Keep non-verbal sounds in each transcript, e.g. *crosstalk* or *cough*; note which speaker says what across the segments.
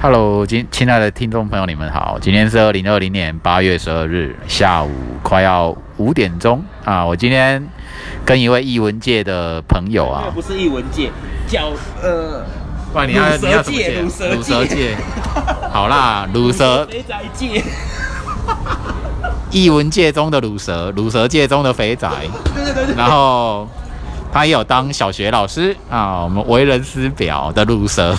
Speaker 1: Hello，亲亲爱的听众朋友，你们好，今天是二零二零年八月十二日下午快要五点钟啊，我今天跟一位艺文界的朋友
Speaker 2: 那个
Speaker 1: 啊，
Speaker 2: 不是艺文界，叫呃，
Speaker 1: 不然你要
Speaker 2: 乳蛇
Speaker 1: 你要怎么
Speaker 2: 界
Speaker 1: 界？
Speaker 2: 乳蛇
Speaker 1: 乳蛇
Speaker 2: 界 *laughs*
Speaker 1: 界，好啦，乳蛇
Speaker 2: 肥宅界，
Speaker 1: 艺文界中的乳蛇，乳蛇界中的肥宅，
Speaker 2: *laughs* 对对对对，
Speaker 1: 然后他也有当小学老师啊，我们为人师表的乳 *laughs* 蛇，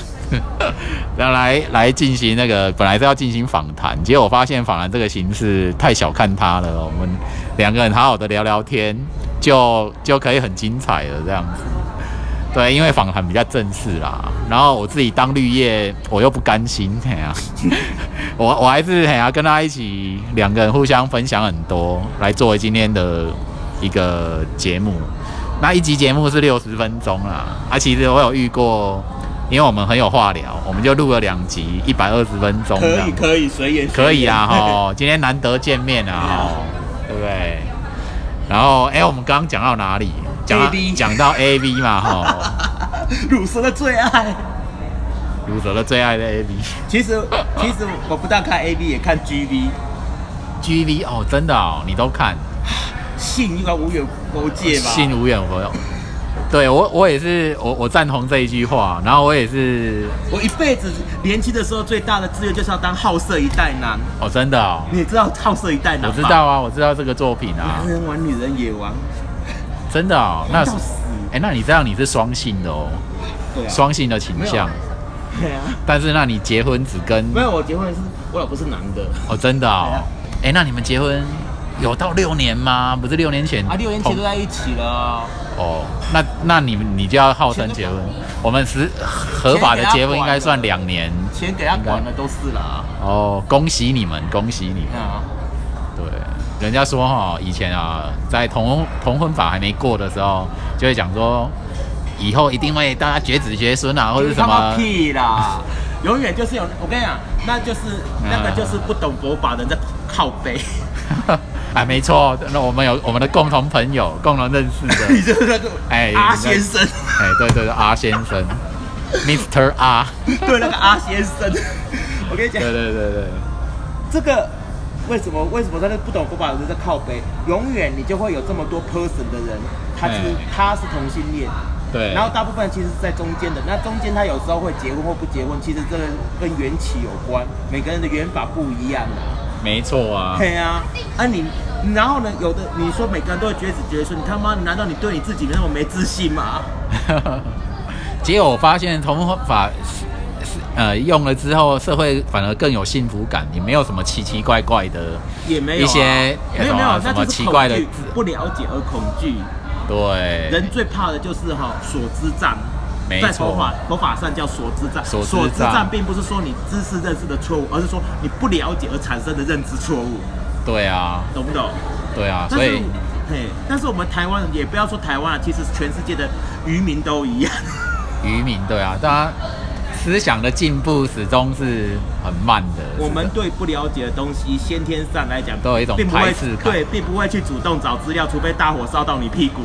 Speaker 1: 然后来来进行那个本来是要进行访谈，结果我发现访谈这个形式太小看他了，我们两个人好好的聊聊天，就就可以很精彩了这样子。对，因为访谈比较正式啦，然后我自己当绿叶，我又不甘心，嘿呀、 *laughs* 我我还是嘿呀、啊跟他一起两个人互相分享很多，来作为今天的一个节目。那一集节目是六十分钟啦，啊，其实我有遇过，因为我们很有话聊，我们就录了两集，一百二十分钟这
Speaker 2: 可
Speaker 1: 样
Speaker 2: 以可以随缘，
Speaker 1: 可以啊，吼，今天难得见面啊，吼，对不对？然后，哎、我们刚刚讲到哪里？讲到
Speaker 2: AV
Speaker 1: 讲到 A V 嘛，吼，
Speaker 2: *laughs* 乳蛇的最爱。
Speaker 1: 鲁蛇的最爱的 A V
Speaker 2: 其实其实我不但看 A B 也看 G B，
Speaker 1: G V 哦，真的哦，你都看，
Speaker 2: 性应该无缘无界吧？
Speaker 1: 信无远佛。对我，我也是，我我赞同这一句话，然后我也是，
Speaker 2: 我一辈子年轻的时候最大的志愿就是要当好色一代男，
Speaker 1: 哦，真的哦，
Speaker 2: 你也知道好色一代男
Speaker 1: 我
Speaker 2: 吧
Speaker 1: 知道，啊，我知道这个作品啊
Speaker 2: 男，人玩女人也玩，
Speaker 1: 真的哦，那
Speaker 2: 玩到死，
Speaker 1: 哎、那你这样你是双性的哦，
Speaker 2: 对啊，
Speaker 1: 双性的倾向
Speaker 2: 没，对啊，
Speaker 1: 但是那你结婚只跟
Speaker 2: *laughs* 没有啊我结婚是我老婆是男的，
Speaker 1: 哦，真的哦。哎、那你们结婚有到六年吗？不是六年前
Speaker 2: 啊六年前都
Speaker 1: 同
Speaker 2: 在一起了，
Speaker 1: 哦。那那你们你就要号称结婚？我们实合法的结婚应该算两年
Speaker 2: 钱给他管了都是啦，
Speaker 1: 哦。恭喜你们，恭喜你们！
Speaker 2: 啊。
Speaker 1: 对，人家说哈、以前啊，在同同婚法还没过的时候，就会讲说，以后一定会大家绝子绝孙啊，或者
Speaker 2: 你
Speaker 1: 什
Speaker 2: 他妈
Speaker 1: 么。 *laughs*
Speaker 2: 屁啦！ *laughs* 永远就是有，我跟你讲，那就是那个就是不懂佛法的人在靠背，
Speaker 1: 啊，没错，那我们有我们的共同朋友，共同认识的。
Speaker 2: *laughs* *laughs* 你就是那个
Speaker 1: 哎
Speaker 2: 阿先生，
Speaker 1: 哎、对对对，阿先生，Mr. R，
Speaker 2: *laughs* 对那个阿先 *laughs* 生，我跟你讲
Speaker 1: 对，对对对，
Speaker 2: 这个为什么为什么他那不懂佛法的人在靠背？永远你就会有这么多 person 的人，他是
Speaker 1: 哎
Speaker 2: 他是同性恋，
Speaker 1: 对
Speaker 2: 然后大部分其实是在中间的，那中间他有时候会结婚或不结婚，其实这个跟缘起有关，每个人的缘法不一样啊。
Speaker 1: 没错啊，
Speaker 2: 对啊，啊你，然后呢？有的你说每个人都会绝子绝孙，你他妈，难道你对你自己那么没自信吗？
Speaker 1: *laughs* 结果我发现同婚法是是呃用了之后，社会反而更有幸福感，也没有什么奇奇怪怪的，
Speaker 2: 也没有啊、
Speaker 1: 一些
Speaker 2: 没有没有，
Speaker 1: 什么
Speaker 2: 那
Speaker 1: 什么
Speaker 2: 就是
Speaker 1: 奇怪的
Speaker 2: 恐惧
Speaker 1: 字
Speaker 2: 不了解而恐惧。
Speaker 1: 对，
Speaker 2: 人最怕的就是哈、所知障
Speaker 1: 没。
Speaker 2: 在
Speaker 1: 错
Speaker 2: 佛法佛法上叫所知障，
Speaker 1: 所知障
Speaker 2: 知障并不是说你知识认识的错误，而是说你不了解而产生的认知错误，
Speaker 1: 对啊，
Speaker 2: 懂不懂？
Speaker 1: 对啊，
Speaker 2: 但
Speaker 1: 所
Speaker 2: 是
Speaker 1: 以，
Speaker 2: 嘿，但是我们台湾人也不要说台湾了，啊其实全世界的渔民都一样。
Speaker 1: 渔民对啊，大家思想的进步始终是很慢的，
Speaker 2: 我们
Speaker 1: 是的
Speaker 2: 对不了解的东西，先天上来讲
Speaker 1: 都有一种
Speaker 2: 并不会
Speaker 1: 排斥感
Speaker 2: 对，并不会去主动找资料，除非大火烧到你屁
Speaker 1: *laughs*
Speaker 2: 股，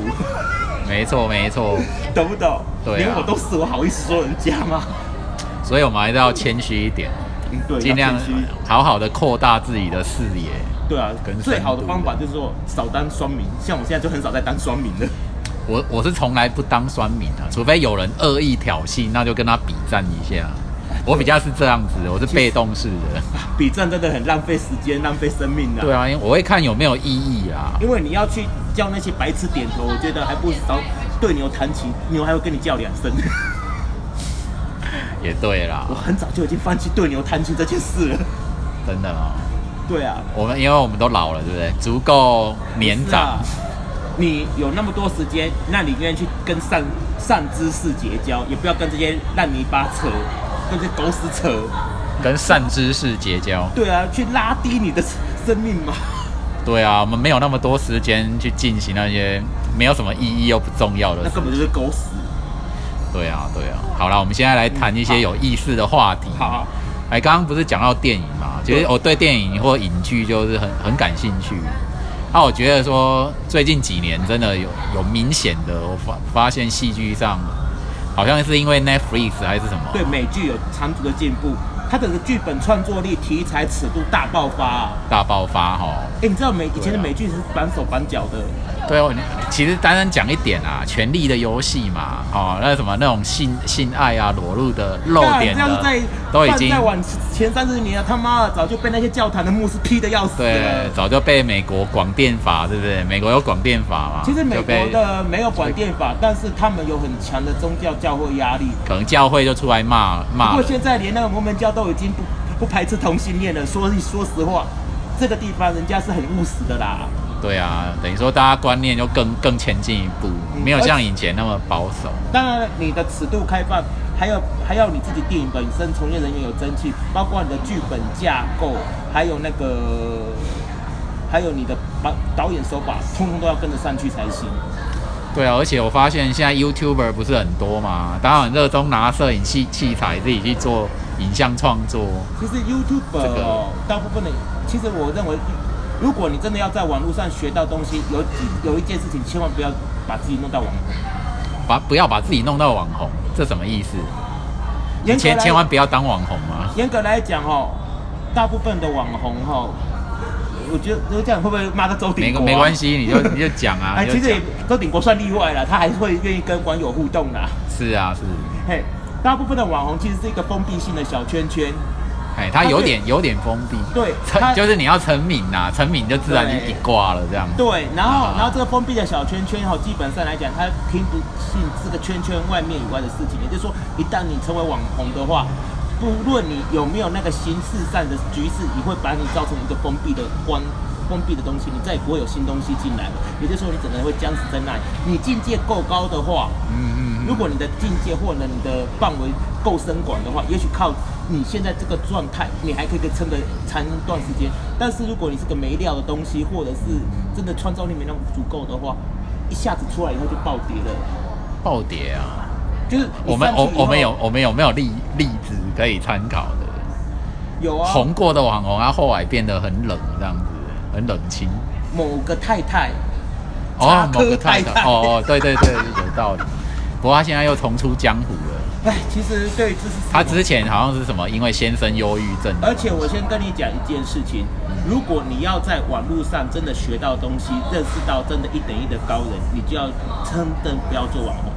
Speaker 1: 没错没错，
Speaker 2: 懂不懂？
Speaker 1: 对啊
Speaker 2: 连我都是，我好意思说人家吗？
Speaker 1: 所以我们还是要谦虚一点，
Speaker 2: 嗯，对，
Speaker 1: 尽量啊
Speaker 2: 要谦虚
Speaker 1: 好好的扩大自己的视野。
Speaker 2: 对啊
Speaker 1: 跟深度，
Speaker 2: 最好的方法就是说少当双民，像我现在就很少在当双民
Speaker 1: *laughs*
Speaker 2: 了。
Speaker 1: 我我是从来不当酸民啊，除非有人恶意挑衅，那就跟他比战一下。我比较是这样子，我是被动式的。
Speaker 2: 比战真的很浪费时间，浪费生命的、
Speaker 1: 对啊，因为我会看有没有意义啊。
Speaker 2: 因为你要去叫那些白痴点头，我觉得还不如找对牛弹琴，牛还会跟你叫两声。 *laughs*
Speaker 1: 也对啦
Speaker 2: 我，很早就已经放弃对牛弹琴这件事了。
Speaker 1: 真的哦。
Speaker 2: 对啊，
Speaker 1: 我们因为我们都老了，对不对？足够年长，
Speaker 2: 不是啊。你有那么多时间，那你愿意去跟善善知识结交，也不要跟这些烂泥巴扯，跟这些狗屎扯。啊
Speaker 1: 跟善知识结交。
Speaker 2: 对啊，去拉低你的生命嘛。
Speaker 1: 对啊，我们没有那么多时间去进行那些没有什么意义又不重要的
Speaker 2: 那
Speaker 1: 事。
Speaker 2: 根本就是狗屎。
Speaker 1: 对啊，对啊。好啦，我们现在来谈一些有意思的话题。
Speaker 2: 好好，
Speaker 1: 哎，刚刚不是讲到电影嘛？其实
Speaker 2: 对
Speaker 1: 我对电影或影剧就是很很感兴趣。那、我觉得说最近几年真的有有明显的，我发发现戏剧上好像是因为 Netflix 还是什么，
Speaker 2: 对美剧有长足的进步，他整个剧本创作力、题材尺度大爆发啊！
Speaker 1: 大爆发哈、
Speaker 2: 哎，你知道美以前
Speaker 1: 对
Speaker 2: 的
Speaker 1: 啊
Speaker 2: 美剧是绑手绑脚的，
Speaker 1: 对哦，你其实单单讲一点啊，《权力的游戏》嘛，哦，那什么那种性性爱啊、裸露的、露
Speaker 2: 当然
Speaker 1: 点
Speaker 2: 这要是
Speaker 1: 的
Speaker 2: 在，
Speaker 1: 都已
Speaker 2: 放
Speaker 1: 经
Speaker 2: 再往前三十年啊，他妈的早就被那些教堂的牧师批的要死
Speaker 1: 对
Speaker 2: 了，。
Speaker 1: 早就被美国广电法，对不对？美国有广电法嘛，
Speaker 2: 其实美
Speaker 1: 啊就
Speaker 2: 国
Speaker 1: 被
Speaker 2: 的没有管电法，但是他们有很强的宗教教会压力。
Speaker 1: 可能教会就出来骂
Speaker 2: 不
Speaker 1: 骂
Speaker 2: 过
Speaker 1: 了，
Speaker 2: 现在连那个摩门教都已经不不排斥同性恋了。所以说实话，这个地方人家是很务实的啦。
Speaker 1: 对啊，等于说大家观念就更更前进一步，
Speaker 2: 嗯
Speaker 1: 没有像以前那么保守。
Speaker 2: 当然，你的尺度开放，还有还要你自己电影本身从业人员有争气，包括你的剧本架构，还有那个，还有你的导导演手法，通通都要跟得上去才行。
Speaker 1: 对啊，而且我发现现在 YouTuber 不是很多嘛，大家很热衷拿摄影器器材自己去做影像创作，
Speaker 2: 其实 YouTube
Speaker 1: 这个
Speaker 2: 哦、大部分的，其实我认为，如果你真的要在网络上学到东西，有几有一件事情千万不要把自己弄到网红。
Speaker 1: 把不要把自己弄到网红，这什么意思？
Speaker 2: 严格
Speaker 1: 千
Speaker 2: 来
Speaker 1: 千万不要当网红嘛。
Speaker 2: 严格来讲哦，大部分的网红哦，我觉得我这样会不会骂到周
Speaker 1: 没
Speaker 2: 鼎国、啊？
Speaker 1: 没关系，你就你就讲啊，
Speaker 2: *laughs* 哎，
Speaker 1: 你
Speaker 2: 其
Speaker 1: 就
Speaker 2: 实
Speaker 1: 讲
Speaker 2: 也。周鼎国算例外了，他还会愿意跟网友互动啦。
Speaker 1: 是啊，是。
Speaker 2: 嘿，大部分的网红其实是一个封闭性的小圈圈，
Speaker 1: 哎，他
Speaker 2: 他
Speaker 1: 有
Speaker 2: 对
Speaker 1: 点有点封闭， *laughs*
Speaker 2: 对
Speaker 1: 成
Speaker 2: 他
Speaker 1: 就是你要成名呐、成名就自然就
Speaker 2: 对
Speaker 1: 一挂了这样。
Speaker 2: 对，然后
Speaker 1: 啊
Speaker 2: 然后这个封闭的小圈圈哈，基本上来讲，它听不进这个圈圈外面以外的事情，也就是说，一旦你成为网红的话。不论你有没有那个形式上的局势，也会把你造成一个封闭的关封闭的东西，你再也不会有新东西进来了。也就是说，你整个人会僵死在那里。你境界够高的话，
Speaker 1: 嗯嗯
Speaker 2: 如
Speaker 1: 嗯。
Speaker 2: 果你的境界或者你的范围够深广的话，也许靠你现在这个状态，你还可以可以撑个长一段时间。但是如果你是个没料的东西，或者是真的创造力没那么足够的话，一下子出来以后就暴跌了。
Speaker 1: 暴跌啊！
Speaker 2: 就是你
Speaker 1: 我们
Speaker 2: 上去
Speaker 1: 我
Speaker 2: 以后
Speaker 1: 我们有我们有没有例例子可以参考的？
Speaker 2: 有啊，
Speaker 1: 红过的网红，他后来变得很冷这样子，很冷清。
Speaker 2: 某个太太，
Speaker 1: 哦
Speaker 2: *laughs* 插，
Speaker 1: 某个
Speaker 2: 科
Speaker 1: 太
Speaker 2: 太
Speaker 1: 太，
Speaker 2: 太
Speaker 1: 哦哦，对对对，有道理。不过他现在又重出江湖了。
Speaker 2: 哎，其实对，这是
Speaker 1: 他之前好像是什么，因为先生忧郁症，
Speaker 2: 而且我先跟你讲一件事情，如果你要在网络上真的学到东西，认识到真的一等一的高人，你就要真的不要做网红。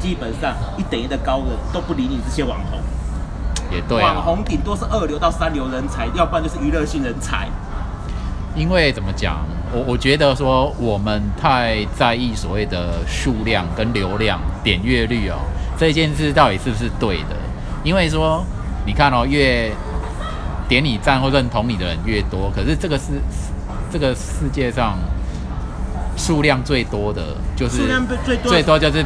Speaker 2: 基本上一等一的高人都不理你这些网红，
Speaker 1: 也对啊。
Speaker 2: 网红顶多是二流到三流人才，要不然就是娱乐性人才。
Speaker 1: 因为怎么讲，我我觉得说我们太在意所谓的数量跟流量、点阅率哦，这件事到底是不是对的？因为说，你看哦，越点你赞或认同你的人越多，可是这个是这个世界上数量最多的，就是
Speaker 2: 数量最多
Speaker 1: 最多就是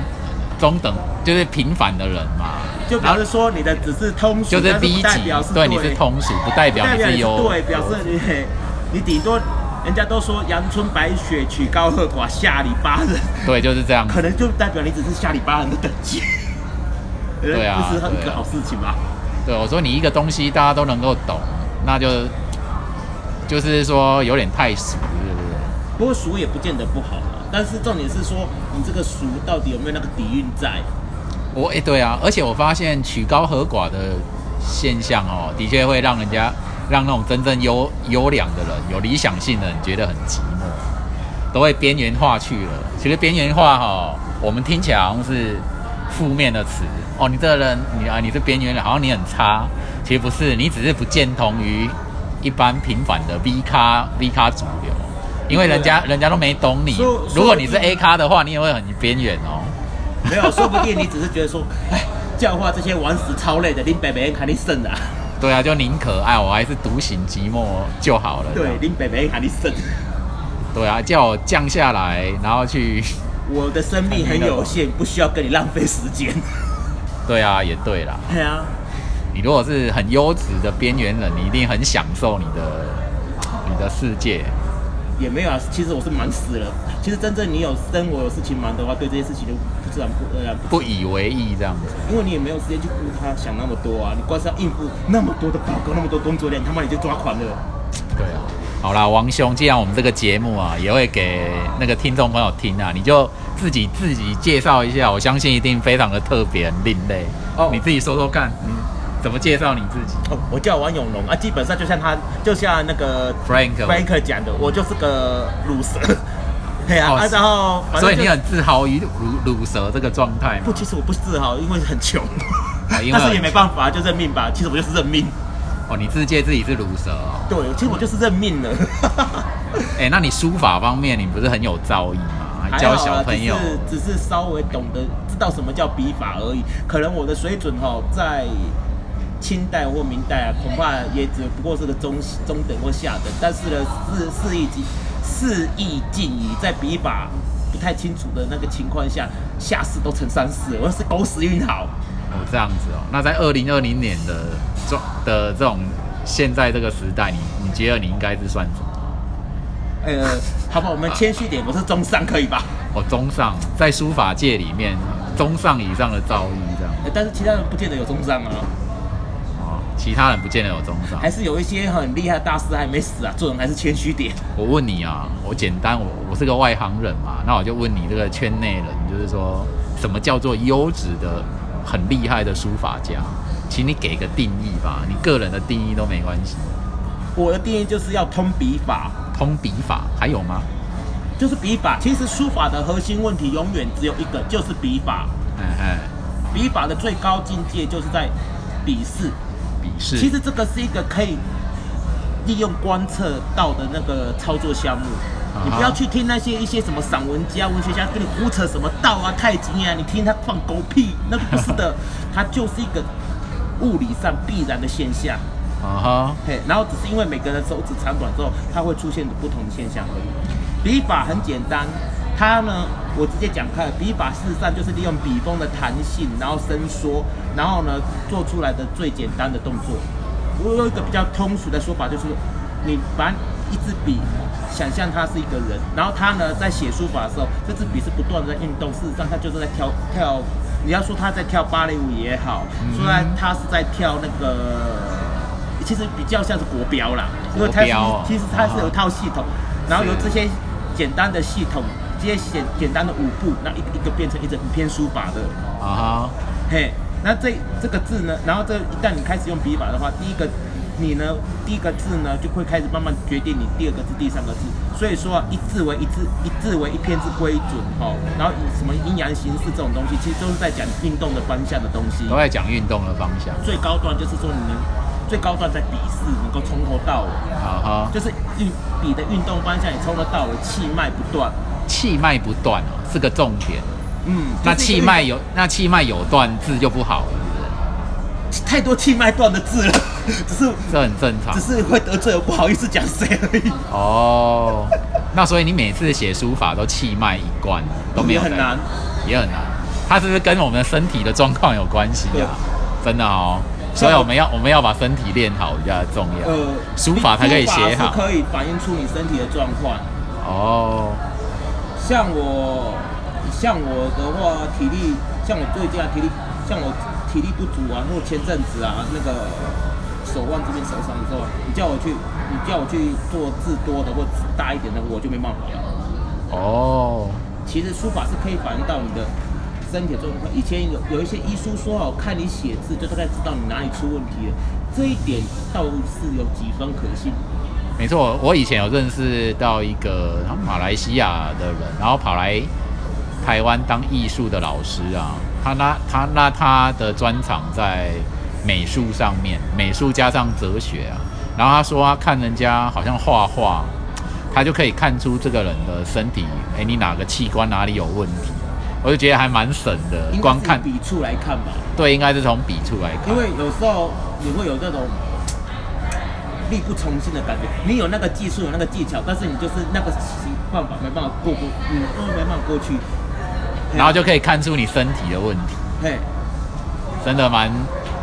Speaker 1: 中等，就是平凡的人嘛，
Speaker 2: 就表示说你的只是通俗，
Speaker 1: 就是
Speaker 2: 但是
Speaker 1: B
Speaker 2: 不代
Speaker 1: 级
Speaker 2: 表是，
Speaker 1: 对，你是通俗，不代
Speaker 2: 不
Speaker 1: 表
Speaker 2: 代
Speaker 1: 你
Speaker 2: 表
Speaker 1: 是
Speaker 2: 你是
Speaker 1: 优，
Speaker 2: 对，表示你你顶多人家都说阳春白雪曲高和寡下里巴人，
Speaker 1: 对，就是这样子
Speaker 2: 可能就代表你只是下里巴人的等
Speaker 1: *laughs*
Speaker 2: 级。呃
Speaker 1: 对啊
Speaker 2: 这是很
Speaker 1: 对
Speaker 2: 个
Speaker 1: 啊
Speaker 2: 好事情吧？
Speaker 1: 对，我说你一个东西大家都能够懂，那就就是说有点太俗，对不对？
Speaker 2: 不过熟也不见得不好啊，但是重点是说你这个熟到底有没有那个底蕴在？
Speaker 1: 我哎、对啊，而且我发现曲高和寡的现象哦，的确会让人家让那种真正优优良的人、有理想性的人觉得很寂寞，都会边缘化去了。其实边缘化哈、哦，我们听起来好像是负面的词哦，你这个人你啊你是边缘人，好像你很差，其实不是，你只是不见同于一般平凡的 B 咖 B 咖主流，因为人家人家都没懂你
Speaker 2: 所以。
Speaker 1: 如果你是 A 咖的话，你也会很边缘哦。
Speaker 2: 没有，说不定你只是觉得说，哎，教化这些玩死超累的，林北北肯定
Speaker 1: *laughs*
Speaker 2: 胜啊。
Speaker 1: 对啊，就宁可爱我还是独行寂寞就好了。
Speaker 2: 对，林北北肯定
Speaker 1: *laughs*
Speaker 2: 胜。
Speaker 1: 对啊，叫我降下来，然后去。 *laughs*
Speaker 2: 我的生命很有限，不需要跟你浪费时间。
Speaker 1: 对啊，也对啦。
Speaker 2: *laughs* 对啊，
Speaker 1: 你如果是很优质的边缘人，你一定很享受你的你的世界。
Speaker 2: 也没有啊。其实我是忙死了。其实真正你有生活有事情忙的话，对这些事情就自然不自然不，
Speaker 1: 不以为意这样子。
Speaker 2: 因为你也没有时间去顾他想那么多啊。你光是要应付那么多的报告、那么多工作量，你他妈你就抓狂了。
Speaker 1: 对啊，好啦，王兄，既然我们这个节目啊，也会给那个听众朋友听啊，你就自己自己介绍一下，我相信一定非常的特别、很另类。
Speaker 2: 哦
Speaker 1: 你自己说说看。嗯，怎么介绍你自己
Speaker 2: 哦，我叫王永龙啊，基本上就像他，就像那个
Speaker 1: ？Frank，
Speaker 2: Frank 讲的，我就是个
Speaker 1: *coughs*
Speaker 2: loser。对啊，
Speaker 1: 哦
Speaker 2: 啊然后反正
Speaker 1: 所以你
Speaker 2: 就
Speaker 1: 很自豪于乳乳蛇这个状态
Speaker 2: 不，
Speaker 1: 吗？
Speaker 2: 其实我不自豪，因为很穷，
Speaker 1: 啊因为
Speaker 2: *laughs* 但是
Speaker 1: 很
Speaker 2: 也没办法，就认命吧。其实我就是认命，
Speaker 1: 哦，你自介自己是乳蛇
Speaker 2: *laughs*
Speaker 1: 哦。
Speaker 2: 对，其实我就是认
Speaker 1: *laughs*
Speaker 2: 命了。
Speaker 1: 哎、那你书法方面你不是很有造诣吗？还
Speaker 2: 还
Speaker 1: 教
Speaker 2: 好
Speaker 1: 小
Speaker 2: 啦
Speaker 1: 朋友，
Speaker 2: 只是只是稍微懂得知道什么叫笔法而已。可能我的水准哈，在清代或明代啊，恐怕也只不过是个中中等或下等。但是呢，四四意尽四意尽矣，在笔法不太清楚的那个情况下，下士都成三士，我是狗屎运好。
Speaker 1: 哦这样子哦。那在二零二零年的状的这种现在这个时代，你你觉得你应该是算什么？
Speaker 2: 呃，好吧，我们谦虚点，我是中上可以吧？
Speaker 1: 哦，中上，在书法界里面中上以上的造诣这样。
Speaker 2: 呃但是其他人不见得有中上啊，
Speaker 1: 哦，其他人不见得有中上
Speaker 2: 还。是有一些很厉害的大师还没死啊，做人还是谦虚点。
Speaker 1: 我问你啊，我简单，我我是个外行人嘛，那我就问你这个圈内人，就是说什么叫做优质的、很厉害的书法家？请你给个定义吧，你个人的定义都没关系。
Speaker 2: 我的定义就是要通笔法，
Speaker 1: 通笔法还有吗？
Speaker 2: 就是笔法。其实书法的核心问题永远只有一个，就是笔法。
Speaker 1: 哎哎，
Speaker 2: 笔法的最高境界就是在笔试。
Speaker 1: 笔试。
Speaker 2: 其实这个是一个可以利用观测到的那个操作项目。你不要去听那些一些什么散文家、文学家跟你胡扯什么道啊、太极啊，你听他放狗屁，那个不是的，它就是一个物理上必然的现象。
Speaker 1: 啊哈，
Speaker 2: 嘿，然后只是因为每个人手指长短之后，它会出现不同的现象而已。笔法很简单，它呢，我直接讲开了，笔法事实上就是利用笔锋的弹性，然后伸缩，然后呢做出来的最简单的动作。我有一个比较通俗的说法，就是你把一支笔想象它是一个人，然后他呢在写书法的时候，这支笔是不断的在运动，事实上他就是在跳跳。你要说他在跳芭蕾舞也好，说他他是在跳那个，其实比较像是国标啦，因为它
Speaker 1: 国标啊哦
Speaker 2: 其实它是有套系统，然后由
Speaker 1: 是
Speaker 2: 这些简单的系统，这些简简单的舞步，那一个一个变成一整篇书法的。
Speaker 1: 啊哈，
Speaker 2: 嘿，那这这个字呢，然后这一旦你开始用笔法的话，第一个你呢，第一个字呢就会开始慢慢决定你第二个字、第三个字。所以说啊、一字为一字，一字为一篇之规准哦。然后以什么阴阳形式这种东西，其实都是在讲运动的方向的东西。
Speaker 1: 都在讲运动的方向。
Speaker 2: 最高端就是说你能最高端在笔试能够从头到尾，
Speaker 1: 啊哈，
Speaker 2: 就是运笔的运动方向也从头到尾，气脉不断。
Speaker 1: 气脉不断哦，是个重点。
Speaker 2: 嗯，
Speaker 1: 那
Speaker 2: 就是一
Speaker 1: 气
Speaker 2: 个
Speaker 1: 脉有，那气脉有断，字就不好了，是
Speaker 2: 太多气脉断的字了， *laughs* 只是
Speaker 1: 不是？这很正常
Speaker 2: 只。是会得罪，我不好意思讲谁而已。
Speaker 1: 哦，那所以你每次写书法都气脉一贯，都没有
Speaker 2: 也很
Speaker 1: 在
Speaker 2: 难，
Speaker 1: 也很难。它是不是跟我们的身体的状况有关系啊？真的哦，所以我们要我们要把身体练好比较重要。
Speaker 2: 呃，
Speaker 1: 书法才可以写好
Speaker 2: 书法是可以反映出你身体的状况。
Speaker 1: 哦，
Speaker 2: 像我，像我的话，体力，像我最近啊，体力，像我体力不足啊，或前阵子啊，那个手腕这边受伤之后，你叫我去，你叫我去做字多的或字大一点的，我就没办法了。
Speaker 1: 哦，
Speaker 2: 其实书法是可以反映到你的身体的状况。以前有有一些医书说哦，看你写字就大概知道你哪里出问题了，这一点倒是有几分可信。
Speaker 1: 没错，我以前有认识到一个他马来西亚的人，然后跑来台湾当艺术的老师啊。他那他那他的专长在美术上面，美术加上哲学啊。然后他说他看人家好像画画，他就可以看出这个人的身体，哎，你哪个器官哪里有问题。我就觉得还蛮省的
Speaker 2: 应，该
Speaker 1: 光
Speaker 2: 是
Speaker 1: 看
Speaker 2: 笔触来看吧，
Speaker 1: 对，应该是从笔触来看。
Speaker 2: 因为有时候你会有这种力不从心的感觉。你有那个技术，有那个技巧，但是你就是那个办法没办法过过，嗯，没办法过去。
Speaker 1: *laughs*
Speaker 2: 嘿
Speaker 1: 然后就可以看出你身体的问题，
Speaker 2: 嘿，
Speaker 1: 真的蛮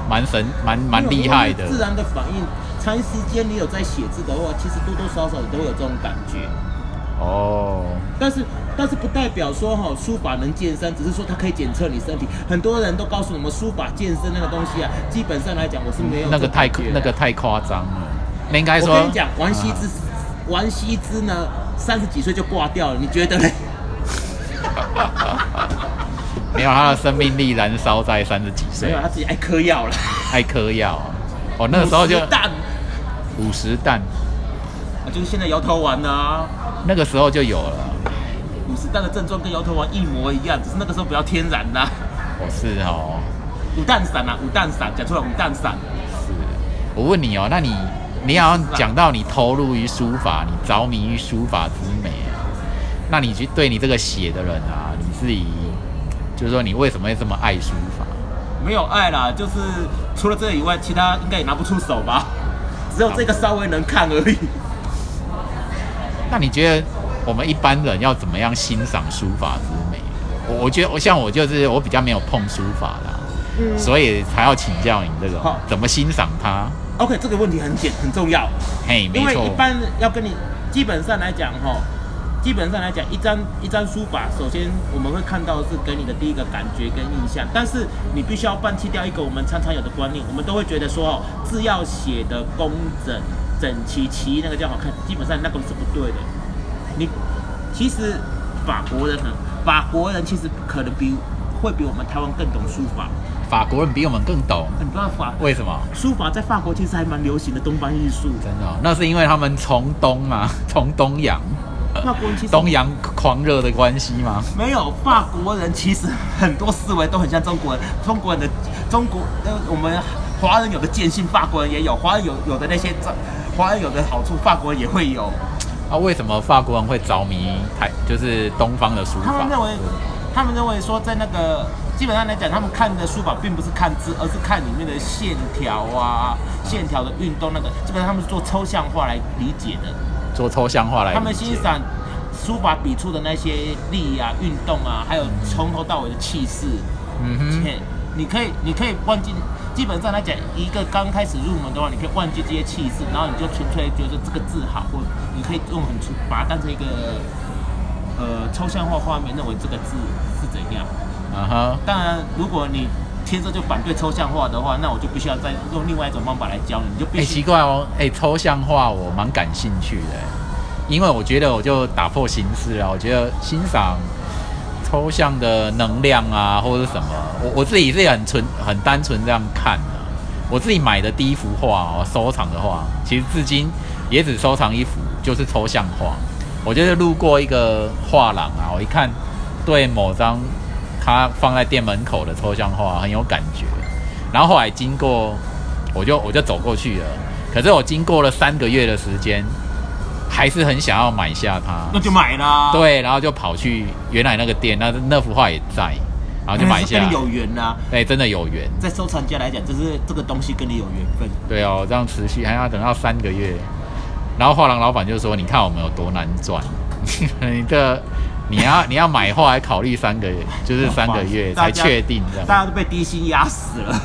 Speaker 1: 蛮神蛮 *laughs* 蛮厉害的
Speaker 2: 因为。自然的反应，长时间你有在写字的话，其实多多少少你都会有这种感觉。
Speaker 1: 哦，
Speaker 2: 但是但是不代表说哈、书法能健身，只是说它可以检测你身体。很多人都告诉我们书法健身那个东西啊，基本上来讲我是没有
Speaker 1: 那个
Speaker 2: 这
Speaker 1: 太
Speaker 2: 感觉的
Speaker 1: 那个太夸张了。那应该
Speaker 2: 我
Speaker 1: 说，啊
Speaker 2: 跟你讲，王羲之，王羲之呢，三十几岁就挂掉了，你觉得呢？
Speaker 1: 没有他的生命力燃烧在三十几
Speaker 2: 没
Speaker 1: 岁
Speaker 2: 啊有，，他自己爱嗑药了。
Speaker 1: 还嗑药哦，我那个时候就
Speaker 2: 五十蛋，
Speaker 1: 五十弹，
Speaker 2: 啊就是现在摇头丸啊，
Speaker 1: 那个时候就有了。
Speaker 2: 五十蛋的症状跟摇头丸一模一样，只是那个时候比较天然啦、
Speaker 1: 我是哦，
Speaker 2: 五蛋散啊，五蛋散，讲出来五蛋散，
Speaker 1: 是。我问你哦，那你你好像讲到你投入于书法，你着迷于书法之美啊，那你去对你这个写的人啊，你是以就是说你为什么会这么爱书法？
Speaker 2: 没有爱啦，就是除了这个以外，其他应该也拿不出手吧，只有这个稍微能看而已。
Speaker 1: 那你觉得我们一般人要怎么样欣赏书法之美？我我觉得我像我就是我比较没有碰书法啦，
Speaker 2: 嗯
Speaker 1: 所以才要请教你这个
Speaker 2: 好
Speaker 1: 怎么欣赏它。
Speaker 2: OK，这个问题很简很重要，
Speaker 1: 嘿，没
Speaker 2: 因为
Speaker 1: 错
Speaker 2: 一，般要跟你基本上来讲哈，基本上来讲，一张一张书法，首先我们会看到的是给你的第一个感觉跟印象，但是你必须要放弃掉一个我们常常有的观念，我们都会觉得说哦，字要写的工整整齐齐，那个叫好看，基本上那个是不对的。你其实法国人很，法国人其实可能比会比我们台湾更懂书法，
Speaker 1: 法国人比我们更懂，
Speaker 2: 很办法。
Speaker 1: 为什么？
Speaker 2: 书法在法国其实还蛮流行的东方艺术，
Speaker 1: 真的哦、那是因为他们从东嘛， *laughs* 从东洋，
Speaker 2: 法国人其实
Speaker 1: 东洋狂热的关系吗？
Speaker 2: 没有，法国人其实很多思维都很像中国人，中国人的中国呃，我们华人有的见性，法国人也有，华人有有的那些这华人有的好处，法国人也会有。
Speaker 1: 啊，为什么法国人会着迷台就是东方的书
Speaker 2: 他
Speaker 1: 法
Speaker 2: 们？认为，他们认为说，在那个基本上来讲，他们看的书法并不是看字，而是看里面的线条啊，线条的运动那个，基本上他们是做抽象化来理解的。
Speaker 1: 做抽象化来理解，
Speaker 2: 他们欣赏书法笔触的那些力啊、运动啊，还有从头到尾的气势。
Speaker 1: 嗯哼
Speaker 2: 嘿你可以，你可以忘记，基本上来讲，一个刚开始入门的话，你可以忘记这些气势，然后你就纯粹觉得这个字好，或你可以用很粗，把它当成一个呃抽象化画面，认为这个字是怎样。
Speaker 1: 嗯哼，
Speaker 2: 当然，如果你天生就反对抽象化的话，那我就必须要再用另外一种方法来教你，你就
Speaker 1: 哎、
Speaker 2: 必须
Speaker 1: 奇怪哦，哎、抽象化我蛮感兴趣的，因为我觉得我就打破形式啊，我觉得欣赏抽象的能量啊，或者是什么，我我自己是很纯很单纯这样看的、我自己买的第一幅画哦，收藏的画，其实至今也只收藏一幅，就是抽象画。我就是路过一个画廊啊，我一看对某张他放在店门口的抽象画很有感觉，然后后来经过，我就我就走过去了。可是我经过了三个月的时间，还是很想要买下它。
Speaker 2: 那就买啦。
Speaker 1: 对，然后就跑去原来那个店，那那幅画也在，然后啊就买下
Speaker 2: 跟
Speaker 1: 来
Speaker 2: 你。有缘呐、
Speaker 1: 对，真的有缘。
Speaker 2: 在收藏家来讲，就是这个东西跟你有缘分。
Speaker 1: 对哦，这样持续还要等到三个月。然后画廊老板就说：“你看我们有多难赚， *laughs* 你这你要你要买画还考虑三个
Speaker 2: *laughs*
Speaker 1: 月，就是三个月
Speaker 2: 大
Speaker 1: 才
Speaker 2: 家
Speaker 1: 确定这样。”
Speaker 2: 大家都被低薪压死了。